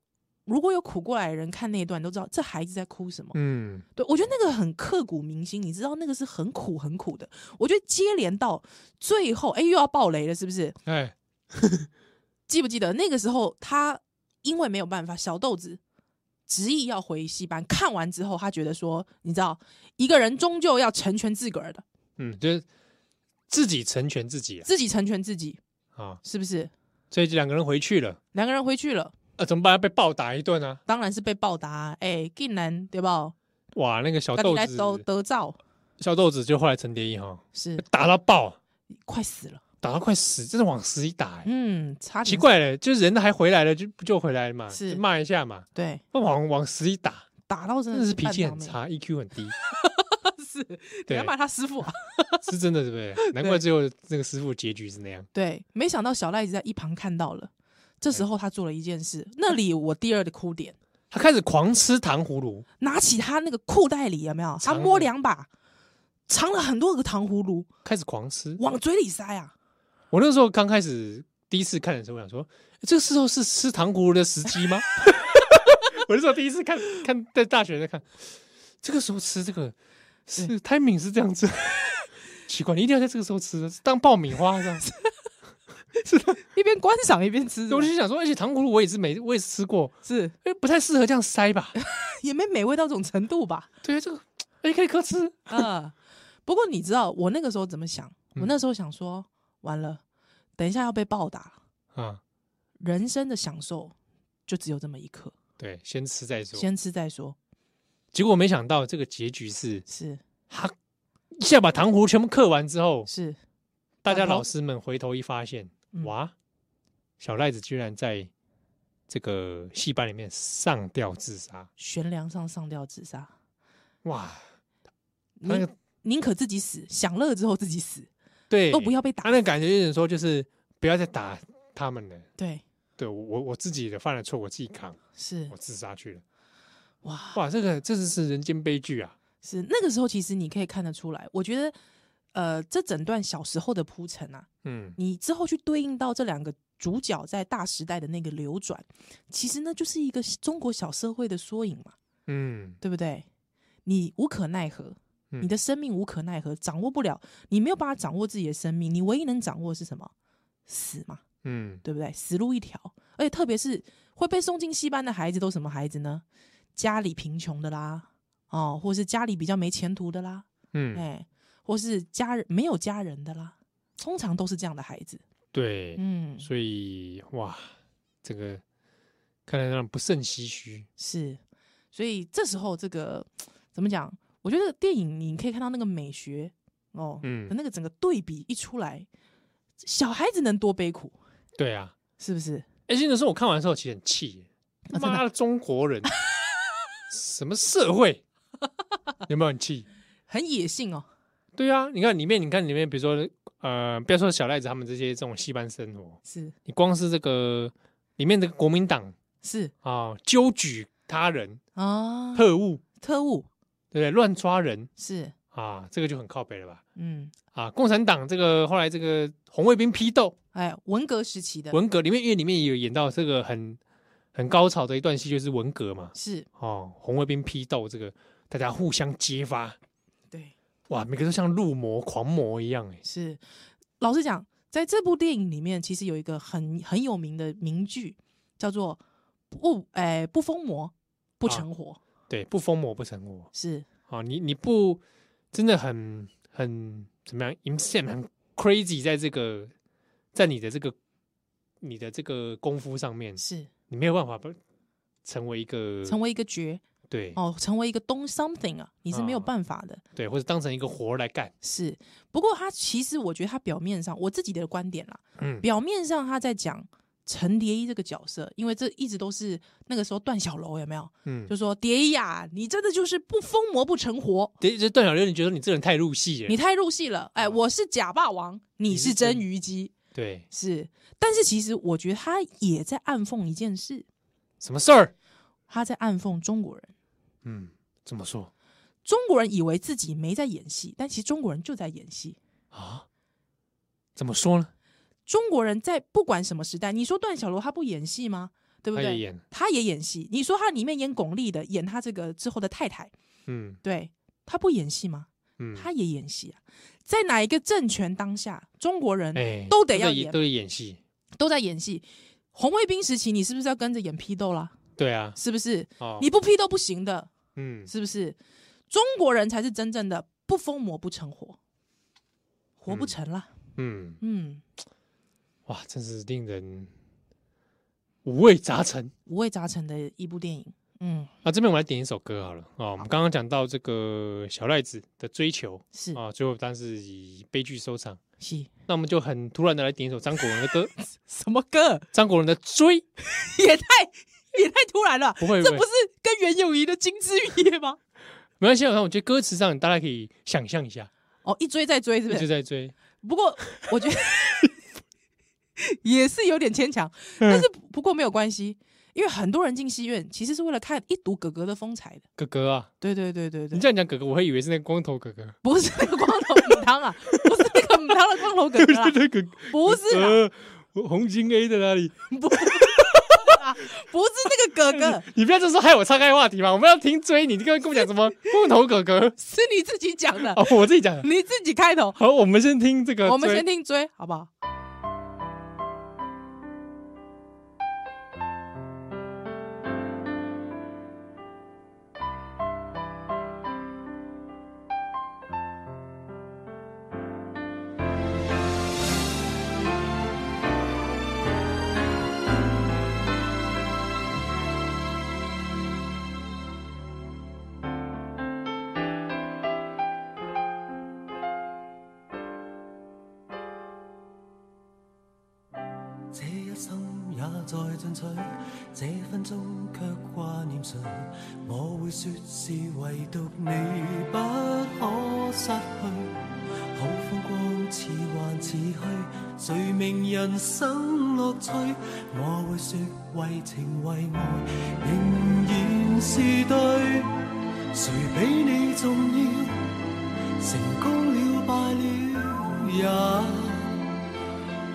Speaker 2: 如果有苦过来的人看那一段，都知道这孩子在哭什么。
Speaker 1: 嗯，
Speaker 2: 对，我觉得那个很刻骨铭心，你知道那个是很苦很苦的。我觉得接连到最后，哎，又要爆雷了，是不是？
Speaker 1: 哎，
Speaker 2: 记不记得那个时候，他因为没有办法，小豆子执意要回戏班。看完之后，他觉得说，你知道，一个人终究要成全自个儿的，
Speaker 1: 嗯，就是自己成全自己啊。
Speaker 2: 自己成全自己，
Speaker 1: 啊，
Speaker 2: 是不是？
Speaker 1: 所以这两个人回去了，
Speaker 2: 两个人回去了，
Speaker 1: 啊，怎么办？被暴打一顿啊！
Speaker 2: 当然是被暴打啊，哎、竟然对吧？
Speaker 1: 哇，那个小
Speaker 2: 那你
Speaker 1: 豆
Speaker 2: 来得
Speaker 1: 子，
Speaker 2: 得照
Speaker 1: 小豆子就后来陈蝶衣哈，
Speaker 2: 是
Speaker 1: 打到爆，
Speaker 2: 快死了，
Speaker 1: 打到快死，真的往死里打、欸。
Speaker 2: 嗯，差点
Speaker 1: 奇怪了，就是人还回来了，就不就回来了嘛，
Speaker 2: 是
Speaker 1: 就骂一下嘛，
Speaker 2: 对，
Speaker 1: 不往往死里打，
Speaker 2: 打到真
Speaker 1: 真
Speaker 2: 的
Speaker 1: 的是脾气很
Speaker 2: 嗯半条命，
Speaker 1: 差，EQ 很低，
Speaker 2: 是，你
Speaker 1: 对
Speaker 2: 要骂他师傅啊？
Speaker 1: 是真的，对不对？难怪最后那个师傅结局是那样。
Speaker 2: 对，没想到小赖子在一旁看到了，这时候他做了一件事，
Speaker 1: 嗯
Speaker 2: 那里我第二的哭点。
Speaker 1: 他开始狂吃糖葫芦，
Speaker 2: 拿起他那个裤袋里有没有？他
Speaker 1: 尝
Speaker 2: 摸
Speaker 1: 了
Speaker 2: 两把，尝了很多个糖葫芦，
Speaker 1: 开始狂吃。
Speaker 2: 往嘴里塞啊！
Speaker 1: 我那时候刚开始第一次看的时候，我想说，这个时候是吃糖葫芦的时机吗？ 我那时候第一次看看在大学在看，这个时候吃这个是 timing 是这样子， 奇怪，你一定要在这个时候吃，是当爆米花这样。
Speaker 2: 一边观赏一边吃是吧，
Speaker 1: 我就想说，而且糖葫芦我也是没我也是吃过，
Speaker 2: 是
Speaker 1: 哎，不太适合这样塞吧？
Speaker 2: 也没美味到这种程度吧？
Speaker 1: 对，这个哎可以可吃，
Speaker 2: 啊、不过你知道我那个时候怎么想？我
Speaker 1: 嗯
Speaker 2: 那时候想说，完了，等一下要被暴打了，
Speaker 1: 啊，
Speaker 2: 人生的享受就只有这么一刻，
Speaker 1: 对，先吃再说。
Speaker 2: 先吃再说。
Speaker 1: 结果没想到这个结局是，
Speaker 2: 是
Speaker 1: 他一下把糖葫芦全部嗑完之后，
Speaker 2: 是，
Speaker 1: 大家
Speaker 2: 转头
Speaker 1: 老师们回头一发现，
Speaker 2: 嗯
Speaker 1: 哇，小赖子居然在这个戏班里面上吊自杀，
Speaker 2: 悬梁上上吊自杀，
Speaker 1: 哇，他那
Speaker 2: 宁
Speaker 1: 个
Speaker 2: 宁可自己死，享乐之后自己死，
Speaker 1: 对
Speaker 2: 都不要被打
Speaker 1: 他。那个感觉有点说就是不要再打他们了，
Speaker 2: 对，
Speaker 1: 对我我我自己的犯了错，我自己扛，
Speaker 2: 是
Speaker 1: 我自杀去了，
Speaker 2: 哇。
Speaker 1: 哇，这个这是是人间悲剧啊，
Speaker 2: 是那个时候，其实你可以看得出来，我觉得，呃，这整段小时候的铺陈啊，
Speaker 1: 嗯，
Speaker 2: 你之后去对应到这两个主角在大时代的那个流转，其实呢，就是一个中国小社会的缩影嘛，
Speaker 1: 嗯，
Speaker 2: 对不对？你无可奈何，
Speaker 1: 嗯
Speaker 2: 你的生命无可奈何，掌握不了，你没有办法掌握自己的生命，你唯一能掌握的是什么？死嘛，
Speaker 1: 嗯，
Speaker 2: 对不对？死路一条，而且特别是会被送进戏班的孩子都什么孩子呢？家里贫穷的啦，哦，或是家里比较没前途的啦，
Speaker 1: 嗯，
Speaker 2: 哎，或是家人没有家人的啦，通常都是这样的孩子。
Speaker 1: 对，
Speaker 2: 嗯，
Speaker 1: 所以哇，这个看来让人不胜唏嘘，
Speaker 2: 是，所以这时候这个怎么讲？我觉得电影你可以看到那个美学哦，
Speaker 1: 嗯
Speaker 2: 嗯，那个整个对比一出来，小孩子能多悲苦，
Speaker 1: 对啊，
Speaker 2: 是不是？
Speaker 1: 哎、欸，那时候我看完的时候其实很气耶，
Speaker 2: 啊真的
Speaker 1: 妈的中国人，什么社会，有没有很气？
Speaker 2: 很野性哦，
Speaker 1: 对啊，你看里面，你看里面，比如说呃，不要说小赖子他们这些这种戏班生活，
Speaker 2: 是
Speaker 1: 你光是这个里面的国民党
Speaker 2: 是
Speaker 1: 啊、纠举他人、
Speaker 2: 啊，
Speaker 1: 特务，
Speaker 2: 特务
Speaker 1: 对不对？乱抓人
Speaker 2: 是，
Speaker 1: 啊，这个就很靠北了吧？
Speaker 2: 嗯，
Speaker 1: 啊，共产党这个后来这个红卫兵批斗
Speaker 2: 哎，文革时期的
Speaker 1: 文革里面，因为里面也有演到这个很很高潮的一段戏，就是文革嘛，
Speaker 2: 是，
Speaker 1: 哦，红卫兵批斗这个，大家互相揭发，
Speaker 2: 对，
Speaker 1: 哇，每个都像入魔、狂魔一样哎。
Speaker 2: 是。老实讲，在这部电影里面，其实有一个很很有名的名句，叫做“不，哎、不疯魔不
Speaker 1: 啊
Speaker 2: 成活
Speaker 1: 对，不疯魔不成活”，
Speaker 2: 是
Speaker 1: 哦，你你不真的很很怎么样，insane 很 crazy，在这个在你的这个你的这个功夫上面，
Speaker 2: 是
Speaker 1: 你没有办法不成为一个
Speaker 2: 成为一个绝，
Speaker 1: 对
Speaker 2: 哦，成为一个东 something 啊，你是没有
Speaker 1: 嗯
Speaker 2: 办法的。
Speaker 1: 对，或者当成一个活儿来干，
Speaker 2: 是，不过他其实我觉得他表面上，我自己的观点啦，
Speaker 1: 嗯
Speaker 2: 表面上他在讲陈蝶衣这个角色，因为这一直都是那个时候段小楼有没有？
Speaker 1: 嗯，
Speaker 2: 就说蝶衣啊，你真的就是不疯魔不成活，
Speaker 1: 对，就段小六，你觉得你这个人太入戏了
Speaker 2: 你，太入戏了。
Speaker 1: 嗯
Speaker 2: 哎，我是假霸王，你是真虞姬，
Speaker 1: 对，
Speaker 2: 是。但是其实我觉得他也在暗讽一件事，
Speaker 1: 什么事儿？
Speaker 2: 他在暗讽中国人。
Speaker 1: 嗯，怎么说
Speaker 2: 中国人以为自己没在演戏，但其实中国人就在演戏。
Speaker 1: 啊？怎么说呢？
Speaker 2: 中国人在不管什么时代，你说段小楼他不演戏吗？对不
Speaker 1: 他
Speaker 2: 对？
Speaker 1: 也演，
Speaker 2: 他也演戏。你说他里面演巩俐的，演他这个之后的太太，
Speaker 1: 嗯
Speaker 2: 对他不演戏吗？
Speaker 1: 嗯，
Speaker 2: 他也演戏啊。在哪一个政权当下，中国人
Speaker 1: 哎
Speaker 2: 都得要
Speaker 1: 在
Speaker 2: 演
Speaker 1: 都得演戏，
Speaker 2: 都在演戏。红卫兵时期，你是不是要跟着演批斗啦？
Speaker 1: 对啊，
Speaker 2: 是不是？
Speaker 1: 哦，
Speaker 2: 你不批斗不行的，
Speaker 1: 嗯
Speaker 2: 是不是？中国人才是真正的不疯魔不成活，活不成了。
Speaker 1: 嗯，
Speaker 2: 嗯，
Speaker 1: 哇，真是令人五味杂陈。
Speaker 2: 五味杂陈的一部电影。嗯，
Speaker 1: 啊，这边我们来点一首歌好了啊。我们刚刚讲到这个小赖子的追求
Speaker 2: 是
Speaker 1: 啊，最后当然是以悲剧收场。
Speaker 2: 是
Speaker 1: 那我们就很突然的来点一首张国荣的歌，
Speaker 2: 什么歌？
Speaker 1: 张国荣的《追》，
Speaker 2: 也太也太突然了，
Speaker 1: 不会
Speaker 2: 这
Speaker 1: 不会
Speaker 2: 不是跟袁咏仪的《金枝玉叶》 吗？
Speaker 1: 没关系，我看我觉得歌词上大家可以想象一下，
Speaker 2: 哦，一追再追是不
Speaker 1: 一直
Speaker 2: 是？
Speaker 1: 在追，
Speaker 2: 不过 我觉得也是有点牵强，
Speaker 1: 嗯
Speaker 2: 但是不过没有关系，因为很多人进戏院其实是为了看一睹哥哥的风采的。
Speaker 1: 哥哥啊，
Speaker 2: 对对对对对
Speaker 1: 你，这样讲哥哥，我会以为是那个光头哥哥，
Speaker 2: 不是那个光头母汤啊， 不是那个母汤的光头哥 哥啦，
Speaker 1: 那个
Speaker 2: 不是啊啦，
Speaker 1: 呃我红金 A 的那里，
Speaker 2: 不是那个哥哥，
Speaker 1: 你不要这时候害我岔开话题嘛，我们要听追你，你刚刚跟我讲什 么光头哥哥？
Speaker 2: 是你自己讲的，
Speaker 1: 哦，我自己讲的。
Speaker 2: 你自己开头，
Speaker 1: 好，我们先听这个追，
Speaker 2: 我们先听追好不好？
Speaker 4: 这一生也在进取，这分钟却挂念谁？我会说是唯独你不可失去。好风光似幻似虚，谁明人生乐趣？我会说为情为爱，仍然是对。谁比你重要？成功了败了也。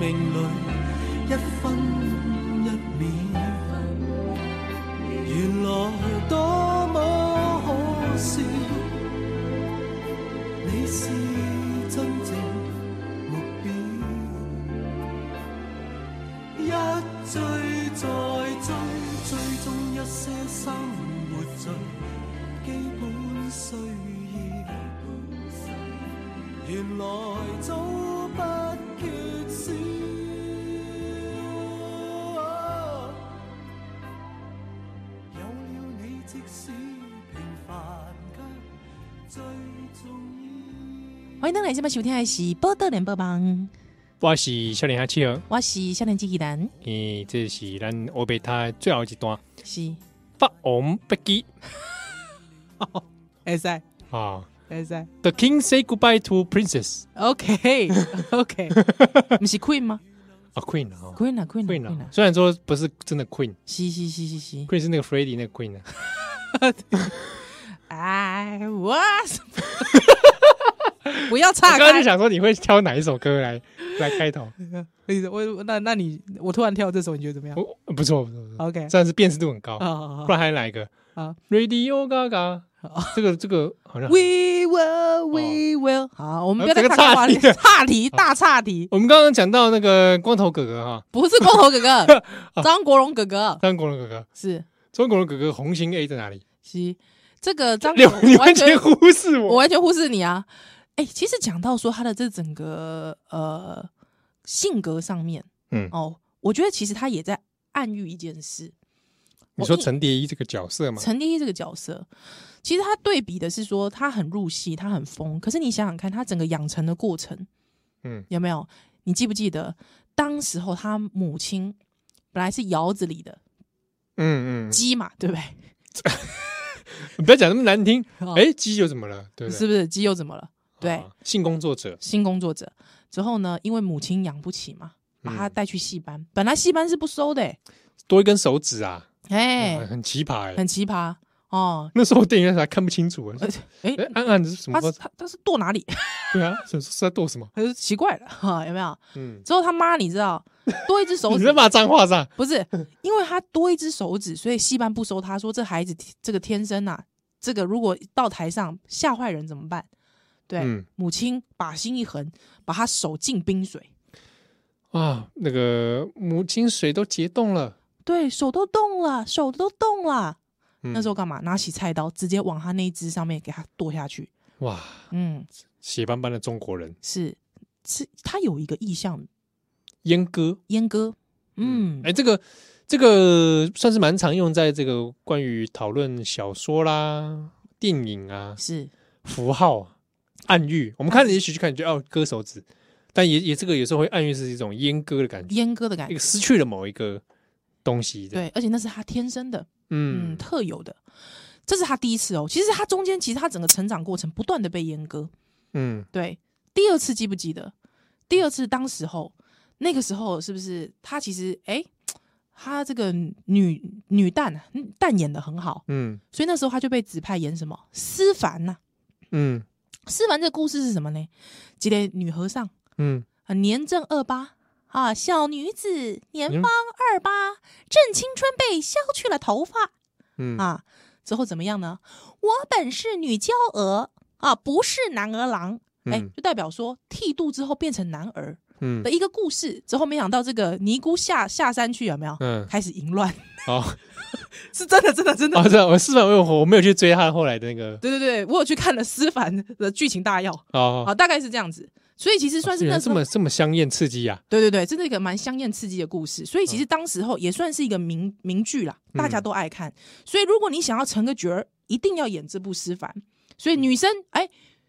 Speaker 4: 命裏一分一秒。原來多麼可笑。你是真正目標，一追再追，追蹤一些生活最基本需要，原來早不缺少。有了你，即使平凡卻最重要。
Speaker 2: 欢迎登来这边收听的是《波特联播帮》，
Speaker 1: 我是笑脸阿七儿。
Speaker 2: 我是少年机器人，
Speaker 1: 伊这是咱欧贝塔最后一段
Speaker 2: 是
Speaker 1: 霸王别姬
Speaker 2: 哎塞
Speaker 1: 啊。
Speaker 2: 哎塞
Speaker 1: The king say goodbye to princess
Speaker 2: ，OK OK，不是 Queen 吗
Speaker 1: 啊，queen 啊
Speaker 2: ？Queen 啊 Queen 啊
Speaker 1: ，queen
Speaker 2: Queen
Speaker 1: 啊
Speaker 2: 啊，，
Speaker 1: 虽然说不是真的 queen，queen
Speaker 2: 是是是是是，
Speaker 1: 是那个 Freddy 那个 queen 啊，
Speaker 2: 哎我 不要
Speaker 1: 我
Speaker 2: 岔
Speaker 1: 刚刚
Speaker 2: 开
Speaker 1: 就，想说你会挑哪一首歌来来开头，
Speaker 2: 你我我那那你我突然跳这首，你觉得怎么样
Speaker 1: 哦 我不错不错不错，
Speaker 2: ？OK
Speaker 1: 虽然是辨识度很高
Speaker 2: 啊，好好
Speaker 1: 不然还有哪一个
Speaker 2: 好
Speaker 1: ？Radio Gaga 这个这个好像
Speaker 2: We will, we will。好，我们不要再
Speaker 1: 哦呃这个
Speaker 2: 看干
Speaker 1: 岔
Speaker 2: 话
Speaker 1: 题
Speaker 2: 了， 岔题，大岔题，
Speaker 1: 我们刚刚讲到那个光头哥哥哈，
Speaker 2: 不是光头 哥
Speaker 1: 哦
Speaker 2: 哥，张国荣哥哥
Speaker 1: 张国荣哥哥，
Speaker 2: 是
Speaker 1: 中国人哥哥红心 A 在哪里？
Speaker 2: 是这个张国
Speaker 1: 你你
Speaker 2: 荣，我完
Speaker 1: 完
Speaker 2: 全
Speaker 1: 全忽视
Speaker 2: 我
Speaker 1: 我，
Speaker 2: 完全忽视你啊！哎、其实讲到说他的这整个呃性格上面
Speaker 1: 嗯，
Speaker 2: 哦，我觉得其实他也在暗喻一件事。
Speaker 1: 你说
Speaker 2: 我一
Speaker 1: 陈蝶衣这个角色嘛，
Speaker 2: 陈立一这个角色，其实他对比的是说他很入戏，他很疯。可是你想想看，他整个养成的过程
Speaker 1: 嗯
Speaker 2: 有没有？你记不记得当时候他母亲本来是窑子里的
Speaker 1: 嗯
Speaker 2: 鸡嘛，对不对？
Speaker 1: 嗯，不要讲那么难听，
Speaker 2: 哦
Speaker 1: 哎，鸡又怎么了？对不
Speaker 2: 是
Speaker 1: 对？
Speaker 2: 不是鸡又怎么了？对，
Speaker 1: 啊性工作者，
Speaker 2: 新工作者之后呢，因为母亲养不起嘛，把他
Speaker 1: 嗯
Speaker 2: 带去戏班。本来戏班是不收的、欸，
Speaker 1: 多一根手指啊，
Speaker 2: 哎、
Speaker 1: 哇很奇葩哎。
Speaker 2: 很奇葩哦。
Speaker 1: 那时候我电影院还看不清楚啊，
Speaker 2: 呃哎、
Speaker 1: 哎，暗暗是什么
Speaker 2: 他？是他他是剁哪里？
Speaker 1: 对啊，是是在剁什么？
Speaker 2: 他就奇怪了哈、有没有？
Speaker 1: 嗯，
Speaker 2: 之后他妈你知道多一只手
Speaker 1: 你
Speaker 2: 指
Speaker 1: 在，骂脏话是吧？
Speaker 2: 不是因为他多一只手指，所以戏班不收他，说这孩子天这个天生啊，这个如果到台上吓坏人怎么办？对，
Speaker 1: 嗯
Speaker 2: 母亲把心一横，把他手浸冰水，
Speaker 1: 啊，那个母亲水都结冻了，
Speaker 2: 对手都冻了，手都冻了。
Speaker 1: 嗯
Speaker 2: 那时候干嘛？拿起菜刀直接往他那一只上面给他剁下去。
Speaker 1: 哇，
Speaker 2: 嗯，
Speaker 1: 血斑斑的中国人，
Speaker 2: 是是，他有一个意向，
Speaker 1: 阉割，
Speaker 2: 阉割。嗯，
Speaker 1: 哎，这个这个算是蛮常用在这个关于讨论小说啦、电影啊、
Speaker 2: 是
Speaker 1: 符号啊、暗喻。我们看，也许去看，你觉得哦，割手指，但也也这个有时候会暗喻是一种阉割的感觉，
Speaker 2: 阉割的感
Speaker 1: 一
Speaker 2: 觉
Speaker 1: 个。失去了某一个东西。这样，
Speaker 2: 对，而且那是他天生的，嗯，
Speaker 1: 嗯，
Speaker 2: 特有的。这是他第一次哦。其实他中间，其实他整个成长过程不断的被阉割。
Speaker 1: 嗯，
Speaker 2: 对，第二次记不记得？第二次当时候，那个时候是不是他其实哎，他这个女女旦啊嗯旦演的很好，
Speaker 1: 嗯，
Speaker 2: 所以那时候他就被指派演什么思凡呐、
Speaker 1: 嗯，
Speaker 2: 思凡这个故事是什么呢？一个女和尚，
Speaker 1: 嗯，
Speaker 2: 啊，年正二八啊，小女子年
Speaker 1: 嗯
Speaker 2: 方二八，正青春被削去了头发
Speaker 1: 嗯，
Speaker 2: 啊，之后怎么样呢？我本是女娇娥啊，不是男儿郎。哎、
Speaker 1: 嗯
Speaker 2: 就代表说剃度之后变成男儿
Speaker 1: 嗯
Speaker 2: 的，一个故事。之后没想到这个尼姑下下山去有没有？
Speaker 1: 嗯，
Speaker 2: 开始淫乱，
Speaker 1: 好，
Speaker 2: 是真的，真的，真的。
Speaker 1: 好，这样我四百我有我没有去追他后来的那个，
Speaker 2: 对对对，我有去看了思凡的剧情大要，啊
Speaker 1: 哦，
Speaker 2: 好，大概是这样子。所以其实算是
Speaker 1: 原
Speaker 2: 那
Speaker 1: 来
Speaker 2: 时
Speaker 1: 这
Speaker 2: 候
Speaker 1: 么这么香艳刺激啊呀、
Speaker 2: 对对对，这是一个蛮香艳刺激的故事，所以
Speaker 1: 嗯
Speaker 2: 其实当时候也算是一个名名剧啦，大家都爱看。所以如果你想要成个角儿，一定要演这部《思凡》。所以
Speaker 1: 嗯
Speaker 2: 女生哎，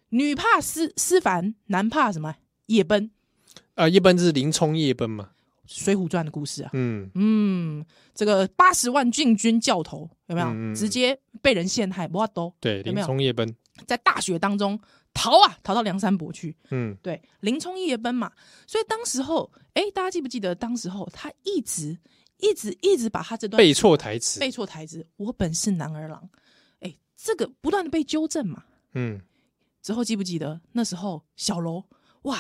Speaker 2: 女怕思思凡，男怕什么夜奔，《
Speaker 1: 啊！一般是林冲夜奔嘛，
Speaker 2: 水浒传》的故事啊。
Speaker 1: 嗯，
Speaker 2: 嗯，这个八十万禁军教头有没有、
Speaker 1: 嗯嗯嗯
Speaker 2: 直接被人陷害？哇都
Speaker 1: 对，
Speaker 2: 有没
Speaker 1: 林
Speaker 2: 有
Speaker 1: 冲夜奔，
Speaker 2: 在大雪当中逃啊，逃到梁山伯去。
Speaker 1: 嗯
Speaker 2: 对，林冲夜奔嘛，所以当时候，哎，大家记不记得当时候他一直一直一直把他这段
Speaker 1: 背错台词，
Speaker 2: 背错台词，我本是男儿郎，哎，这个不断的被纠正嘛。
Speaker 1: 嗯
Speaker 2: 之后记不记得那时候小楼哇，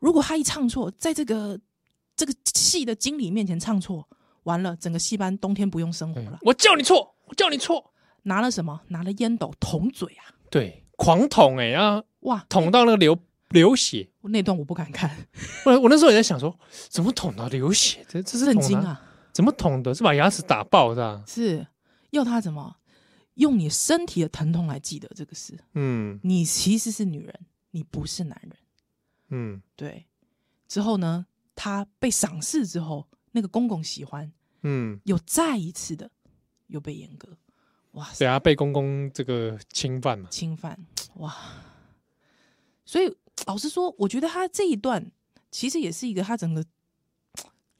Speaker 2: 如果他一唱错，在这个这个戏的经理面前唱错，完了整个戏班冬天不用生活了。
Speaker 1: 我叫你错，我叫你错，
Speaker 2: 拿了什么？拿了烟斗捅嘴啊！
Speaker 1: 对，狂捅哎、欸，然后
Speaker 2: 哇，
Speaker 1: 捅到那个流流血，
Speaker 2: 那段我不敢看，
Speaker 1: 我我那时候也在想说，怎么捅到流血？这这是
Speaker 2: 震
Speaker 1: 捅
Speaker 2: 惊
Speaker 1: 哪，
Speaker 2: 啊！
Speaker 1: 怎么捅的？是把牙齿打爆的、啊？
Speaker 2: 是要他怎么用你身体的疼痛来记得这个事？
Speaker 1: 嗯
Speaker 2: 你其实是女人，你不是男人。
Speaker 1: 嗯
Speaker 2: 对，之后呢，他被赏识之后，那个公公喜欢，
Speaker 1: 嗯，
Speaker 2: 又再一次的又被阉割，哇塞，
Speaker 1: 对啊，被公公这个侵犯嘛，
Speaker 2: 侵犯哇！所以老实说，我觉得他这一段其实也是一个他整个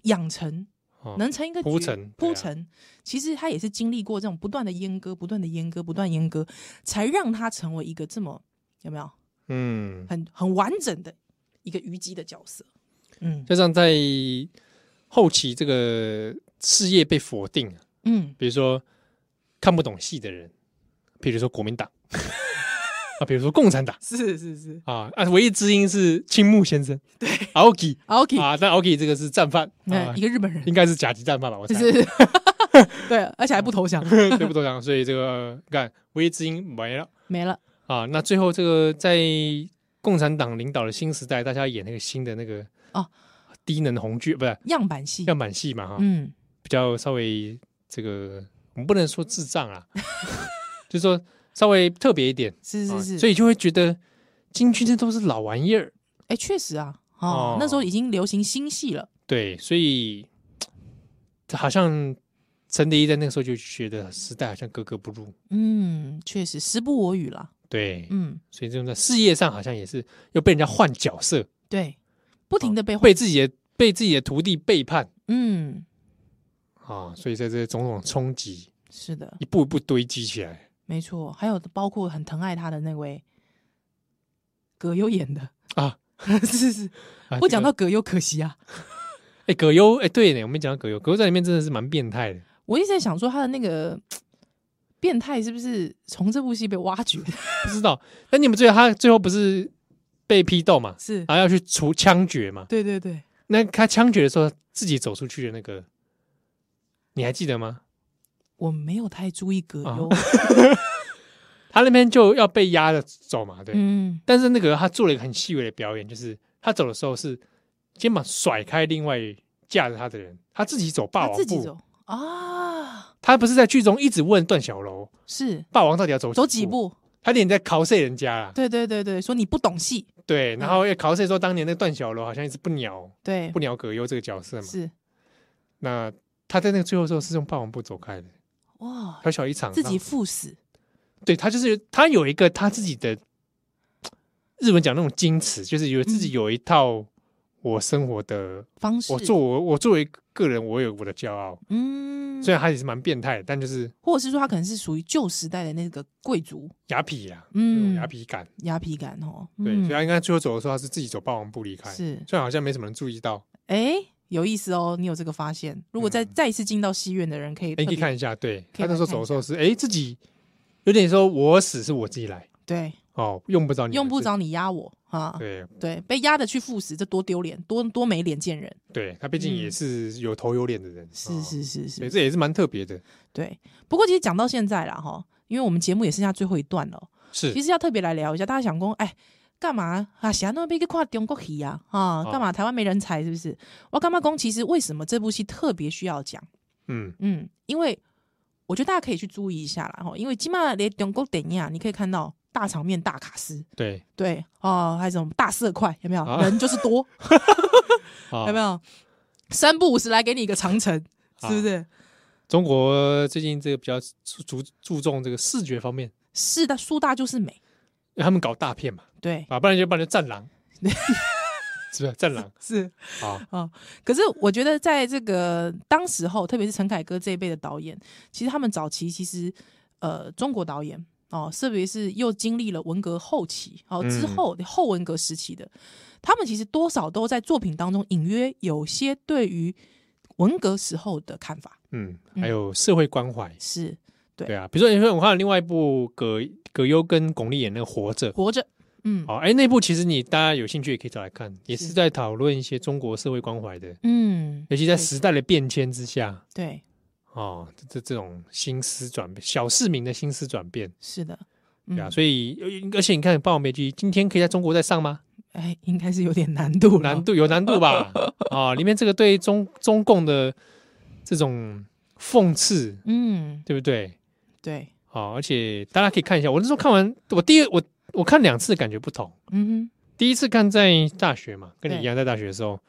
Speaker 2: 养成
Speaker 1: 哦
Speaker 2: 能成一个
Speaker 1: 铺
Speaker 2: 局
Speaker 1: 陈对
Speaker 2: 铺
Speaker 1: 啊
Speaker 2: 陈，其实他也是经历过这种不断的阉割、不断的阉割、不断阉割，才让他成为一个这么有没有
Speaker 1: 嗯，
Speaker 2: 很很完整的一个虞姬的角色。嗯
Speaker 1: 加上在后期这个事业被否定，啊
Speaker 2: 嗯，
Speaker 1: 比如说看不懂戏的人，比如说国民党 啊，比如说共产党
Speaker 2: 是是是
Speaker 1: 啊啊，唯一知音是青木先生，啊对，Aoki
Speaker 2: ，OK，
Speaker 1: 啊，但 Aoki 这个是战犯
Speaker 2: 那
Speaker 1: 啊
Speaker 2: 一，个日本人
Speaker 1: 应该是甲级战犯吧，我猜。
Speaker 2: 是对，而且还不投降，
Speaker 1: 对不投降，所以这个干微之音没了
Speaker 2: 没了。
Speaker 1: 啊。那最后这个在共产党领导的新时代，大家演那个新的那个
Speaker 2: 哦
Speaker 1: 低能红剧，不是
Speaker 2: 样板戏，
Speaker 1: 样板啊戏嘛哈，
Speaker 2: 嗯，
Speaker 1: 比较稍微这个我们不能说智障 啊，就是说稍微特别一点，
Speaker 2: 是是
Speaker 1: 啊
Speaker 2: 是，
Speaker 1: 所
Speaker 2: 以
Speaker 1: 以就会觉得京剧这都是老玩意儿。
Speaker 2: 哎，确实啊，
Speaker 1: 哦
Speaker 2: 哦，那时候已经流行新戏了，
Speaker 1: 对，所以好像陈蝶衣在那个时候就觉得时代好像格格不入。
Speaker 2: 嗯，确实时不我与啦，
Speaker 1: 对，
Speaker 2: 嗯，
Speaker 1: 所以这种在事业上好像也是又被人家换角色，啊
Speaker 2: 对，不停的被换，
Speaker 1: 被自己的被自己的徒弟背叛
Speaker 2: 嗯，
Speaker 1: 啊，所以在这种种冲击
Speaker 2: 是的，
Speaker 1: 一步一步堆积起来。
Speaker 2: 没错，还有包括很疼爱他的那位葛优演的，
Speaker 1: 啊，
Speaker 2: 是是，
Speaker 1: 啊
Speaker 2: 不讲到葛优可惜啊，
Speaker 1: 哎、葛优哎、对呢，我们讲到葛优，葛优在里面真的是蛮变态的。
Speaker 2: 我一直在想说他的那个变态是不是从这部戏被挖掘？
Speaker 1: 不知道，那你们最后他最后不是被批斗嘛，
Speaker 2: 是，
Speaker 1: 然后要去除枪决嘛？
Speaker 2: 对对对，
Speaker 1: 那他枪决的时候自己走出去的那个，你还记得吗？
Speaker 2: 我没有太注意葛
Speaker 1: 啊
Speaker 2: 优，
Speaker 1: 他那边就要被压着走嘛，对。
Speaker 2: 嗯，
Speaker 1: 但是那个他做了一个很细微的表演，就是他走的时候是肩膀甩开另外架着他的人，他自己走 霸
Speaker 2: 他
Speaker 1: 王
Speaker 2: 自己
Speaker 1: 步。
Speaker 2: 走啊，
Speaker 1: 他不是在剧中一直问段小楼
Speaker 2: 是
Speaker 1: 霸王到底要走
Speaker 2: 走几？步？
Speaker 1: 他有点在 cos 人家啦，
Speaker 2: 对对对对，嗯说你不懂戏，
Speaker 1: 对。然后也 cos 说当年那段小楼好像一直不鸟
Speaker 2: 对
Speaker 1: 不，鸟葛优这个角色嘛。
Speaker 2: 是
Speaker 1: 那他在那个最后的时候是用霸王步走开的，
Speaker 2: 哇，
Speaker 1: 小小一场。
Speaker 2: 自己
Speaker 1: 然后
Speaker 2: 赴死，
Speaker 1: 对他就是他有一个他自己的日文讲那种矜持，就是有
Speaker 2: 嗯
Speaker 1: 自己有一套我生活的，
Speaker 2: 方式，
Speaker 1: 我作我我作为个人，我有我的骄傲。
Speaker 2: 嗯，
Speaker 1: 虽然他也是蛮变态的，但就是
Speaker 2: 或者是说他可能是属于旧时代的那个贵族，
Speaker 1: 雅痞啦，嗯，
Speaker 2: 嗯，
Speaker 1: 雅痞感。
Speaker 2: 鸦皮感哦，
Speaker 1: 对，
Speaker 2: 嗯
Speaker 1: 所以他应该最后走的时候，他是自己走霸王步离开，虽
Speaker 2: 是，
Speaker 1: 然好像没什么人注意到，
Speaker 2: 哎，有意思哦，你有这个发现，如果再再一次进到戏院的人可以
Speaker 1: 嗯哎，你
Speaker 2: 特
Speaker 1: 可以
Speaker 2: 别，
Speaker 1: 看一下，对
Speaker 2: 可
Speaker 1: 他
Speaker 2: 以
Speaker 1: 那
Speaker 2: 来
Speaker 1: 时候走的时候是哎自己有点说我死是我自己来
Speaker 2: 对，
Speaker 1: 哦，用不着你们
Speaker 2: 用不
Speaker 1: 自己
Speaker 2: 着你压我啊，
Speaker 1: 对
Speaker 2: 对，被压的去赴死，这多丢脸，多多没脸见人，
Speaker 1: 对，他毕竟也
Speaker 2: 嗯
Speaker 1: 是有头有脸的人，
Speaker 2: 是是是
Speaker 1: 所以
Speaker 2: 是，
Speaker 1: 这也是蛮特别的。
Speaker 2: 对。不过其实讲到现在啦，哈，因为我们节目也剩下最后一段了，哦
Speaker 1: 是
Speaker 2: 其实要特别来聊一下，大家想说，哎，干嘛啊？想那边去看中国戏啊？啊，
Speaker 1: 哦
Speaker 2: 干嘛台湾没人才？是不是？我干嘛讲？其实为什么这部戏特别需要讲？
Speaker 1: 嗯，
Speaker 2: 嗯，因为我觉得大家可以去注意一下啦，哈，因为起码连中国电影啊，你可以看到大场面、大卡司，
Speaker 1: 对，
Speaker 2: 对哦、还有什么大色块，有没有？
Speaker 1: 啊
Speaker 2: 人就是多，
Speaker 1: 啊
Speaker 2: 有没有？三不五时来给你一个长城，是不
Speaker 1: 啊
Speaker 2: 是？
Speaker 1: 中国最近这个比较注注注重这个视觉方面，
Speaker 2: 是的，树大就是美，
Speaker 1: 因为他们搞大片嘛，
Speaker 2: 对，
Speaker 1: 啊，不然就不然就战 狼，是不是战狼
Speaker 2: 是。哦
Speaker 1: 啊？
Speaker 2: 可是我觉得，在这个当时候，特别是陈凯歌这一辈的导演，其实他们早期其实呃，中国导演哦，特别是又经历了文革后期哦
Speaker 1: 嗯
Speaker 2: 之后后文革时期的，他们其实多少都在作品当中隐约有些对于文革时候的看法，
Speaker 1: 嗯，还有社会关怀，
Speaker 2: 是对
Speaker 1: 对啊，比如说你说我看了另外一部葛葛优跟巩俐演那个《活着》。
Speaker 2: 活着，嗯
Speaker 1: 哦，哎，那部其实你大家有兴趣也可以找来看，也是
Speaker 2: 是
Speaker 1: 在讨论一些中国社会关怀的，
Speaker 2: 嗯，
Speaker 1: 尤其在
Speaker 2: 对
Speaker 1: 时代的变迁之下，
Speaker 2: 对，
Speaker 1: 哦，这这这种心思转变，小市民的心思转变，
Speaker 2: 是的，嗯
Speaker 1: 对啊，所以而且你看《霸王别姬》今天可以在中国再上吗？
Speaker 2: 哎，应该是有点难度了，
Speaker 1: 难度有难度 吧？啊，里面这个对中中共的这种讽刺，
Speaker 2: 嗯，
Speaker 1: 对不对？
Speaker 2: 对，
Speaker 1: 啊，而且大家可以看一下，我那时候看完，我第二我我看两次感觉不同。
Speaker 2: 嗯
Speaker 1: 第一次看在大学嘛，跟你
Speaker 2: 对
Speaker 1: 一样在大学的时候，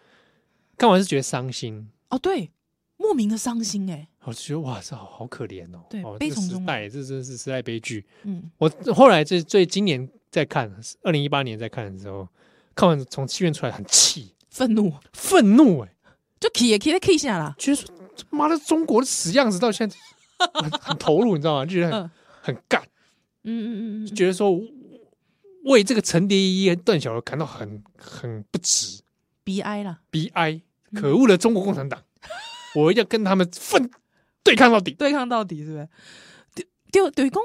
Speaker 1: 看完是觉得伤心，
Speaker 2: 哼，哦，对，莫名的伤心、哎，
Speaker 1: 我就觉得哇，这好好可怜哦。
Speaker 2: 对
Speaker 1: 哦
Speaker 2: 悲
Speaker 1: 这
Speaker 2: 从
Speaker 1: 时
Speaker 2: 中
Speaker 1: 代，这真是时代悲剧。
Speaker 2: 嗯，
Speaker 1: 我后来这最今年在看，二零一八年在看的时候，看完从戏院出来很气，
Speaker 2: 愤怒。
Speaker 1: 愤怒哎、
Speaker 2: 就 key 也 key 在 key 下啦，
Speaker 1: 觉得说这妈的中国的死样子到现在很 很投入，你知道吗？就觉得
Speaker 2: 嗯
Speaker 1: 很很干，
Speaker 2: 嗯嗯嗯
Speaker 1: 就觉得说为这个陈蝶衣、段小楼感到很很不值、
Speaker 2: ，B I 啦，
Speaker 1: 悲哀，可恶的中国共产党，我要跟他们奋对抗到底。
Speaker 2: 对抗到底是不是？丢丢对公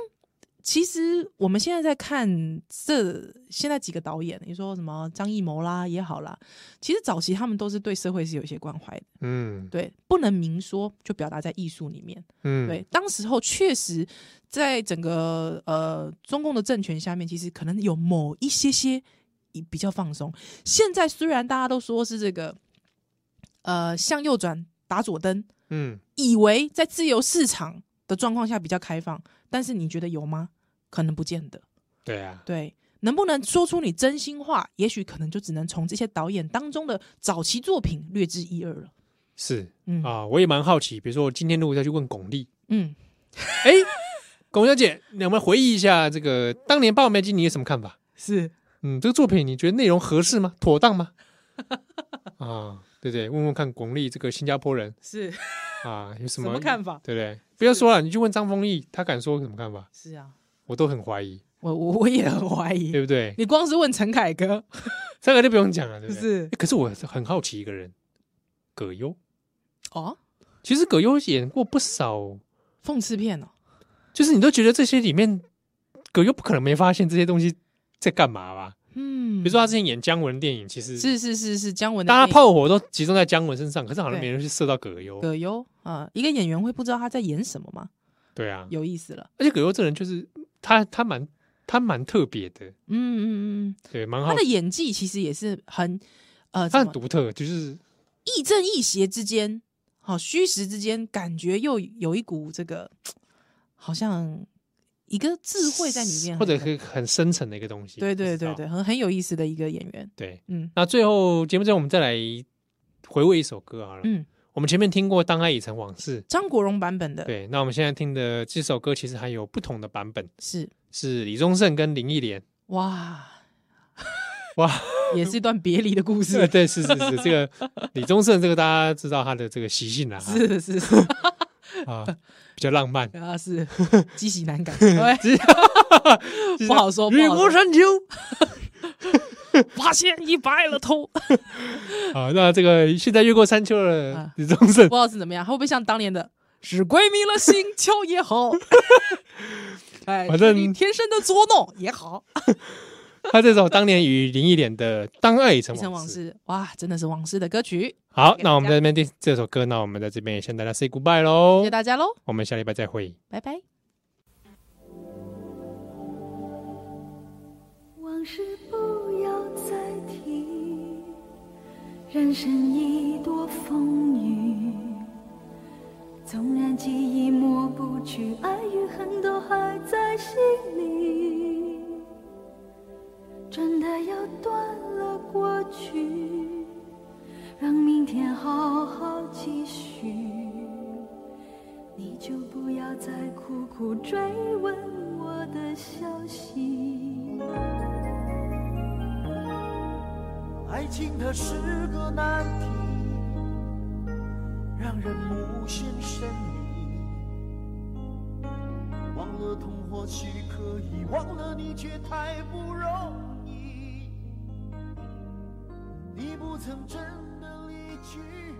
Speaker 2: 其实我们现在在看这现在几个导演，你说什么张艺谋啦也好啦，其实早期他们都是对社会是有一些关怀的，
Speaker 1: 嗯
Speaker 2: 对，不能明说，就表达在艺术里面。
Speaker 1: 嗯，
Speaker 2: 对，当时候确实在整个呃中共的政权下面，其实可能有某一些些比较放松。现在虽然大家都说是这个呃向右转打左灯，
Speaker 1: 嗯，
Speaker 2: 以为在自由市场的状况下比较开放，但是你觉得有吗？可能不见得。
Speaker 1: 对啊，
Speaker 2: 对，能不能说出你真心话，也许可能就只能从这些导演当中的早期作品略知一二了。
Speaker 1: 是
Speaker 2: 嗯
Speaker 1: 啊，我也蛮好奇，比如说我今天如果再去问巩俐，
Speaker 2: 嗯，
Speaker 1: 哎，巩小姐，你们回忆一下这个当年《霸王别姬》，你有什么看法？
Speaker 2: 是
Speaker 1: 嗯，这个作品你觉得内容合适吗？妥当 吗？啊，对不对？问问看巩俐这个新加坡人
Speaker 2: 是，
Speaker 1: 啊，有什
Speaker 2: 什
Speaker 1: 么
Speaker 2: 么看法
Speaker 1: 对不对？不要说了，你去问张丰毅，他敢说什么看法？
Speaker 2: 是啊，
Speaker 1: 我都很怀疑，
Speaker 2: 我我我也很怀疑
Speaker 1: 对。不对？
Speaker 2: 你光是问陈凯歌，
Speaker 1: 这个就不用讲了，对
Speaker 2: 就
Speaker 1: 不对？
Speaker 2: 是
Speaker 1: 诶可是我很好奇一个人，葛优。
Speaker 2: 哦，
Speaker 1: 其实葛优演过不少，
Speaker 2: 讽刺片哦，
Speaker 1: 就是你都觉得这些里面，葛优不可能没发现这些东西在干嘛吧？
Speaker 2: 嗯，
Speaker 1: 比如说他之前演姜文电影，其实
Speaker 2: 是是是是姜文的
Speaker 1: 大家
Speaker 2: 电影
Speaker 1: 炮火都集中在姜文身上，可是好像
Speaker 2: 对
Speaker 1: 没人去射到葛优。
Speaker 2: 葛优啊，一个演员会不知道他在演什么吗？
Speaker 1: 对啊，
Speaker 2: 有意思了，
Speaker 1: 而且葛优这人就是他，他蛮他蛮特别的，
Speaker 2: 嗯嗯嗯，嗯
Speaker 1: 对，蛮
Speaker 2: 他
Speaker 1: 好
Speaker 2: 的，演技其实也是很呃，
Speaker 1: 他
Speaker 2: 怎
Speaker 1: 很
Speaker 2: 么
Speaker 1: 独特，就是
Speaker 2: 亦正亦邪之间，好虚实之间，感觉又有一股这个好像一个智慧在里面，
Speaker 1: 或者很很深层的一个东西。
Speaker 2: 对对
Speaker 1: 不知
Speaker 2: 对
Speaker 1: 道
Speaker 2: 对，很很有意思的一个演员，
Speaker 1: 对。
Speaker 2: 嗯
Speaker 1: 那最后节目最后我们再来回味一首歌好了。
Speaker 2: 嗯，
Speaker 1: 我们前面听过《当爱已成往事》，
Speaker 2: 张国荣版本的
Speaker 1: 对，那我们现在听的这首歌其实还有不同的版本，
Speaker 2: 是
Speaker 1: 是李宗盛跟林忆 莲。
Speaker 2: 哇。
Speaker 1: 哇，
Speaker 2: 也是一段别离的故
Speaker 1: 是
Speaker 2: 事。
Speaker 1: 对，是是是，这个李宗盛这个大家知道他的这个习性啦，
Speaker 2: 是是 是
Speaker 1: 啊，比较浪漫。
Speaker 2: 啊， 是积习难 改，对不好说。
Speaker 1: 雨
Speaker 2: 不好
Speaker 1: 过
Speaker 2: 说
Speaker 1: 山丘
Speaker 2: 发现一白了头，不
Speaker 1: 啊，那这个现在越过山丘了
Speaker 2: 啊，
Speaker 1: 李宗盛
Speaker 2: 知道是怎么 样，会不会像当年的“使鬼迷了心窍也 好”，哎，
Speaker 1: 反正
Speaker 2: 是你天生的捉弄也好，
Speaker 1: 他这首当年与林忆莲的《当爱已成
Speaker 2: 一生往
Speaker 1: 往事》。
Speaker 2: 事，哇，真的是往事的歌曲。
Speaker 1: 好，
Speaker 2: 给
Speaker 1: 那我
Speaker 2: 大
Speaker 1: 们
Speaker 2: 家
Speaker 1: 在这边第这首歌，那我们在这边也向大家 say goodbye 喽
Speaker 2: 谢谢，大家喽，
Speaker 1: 我们下礼拜再会。
Speaker 2: 拜拜。
Speaker 5: 往事不要再提，人生已多风雨。纵然记忆抹不去，爱与恨都还在心里。真的要断了过去，让明天好好继续。你就不要再苦苦追问我的消息。
Speaker 4: 爱情它是个难题，让人无限神秘。忘了痛或许可以，忘了你却太不容易。你不曾真的离去。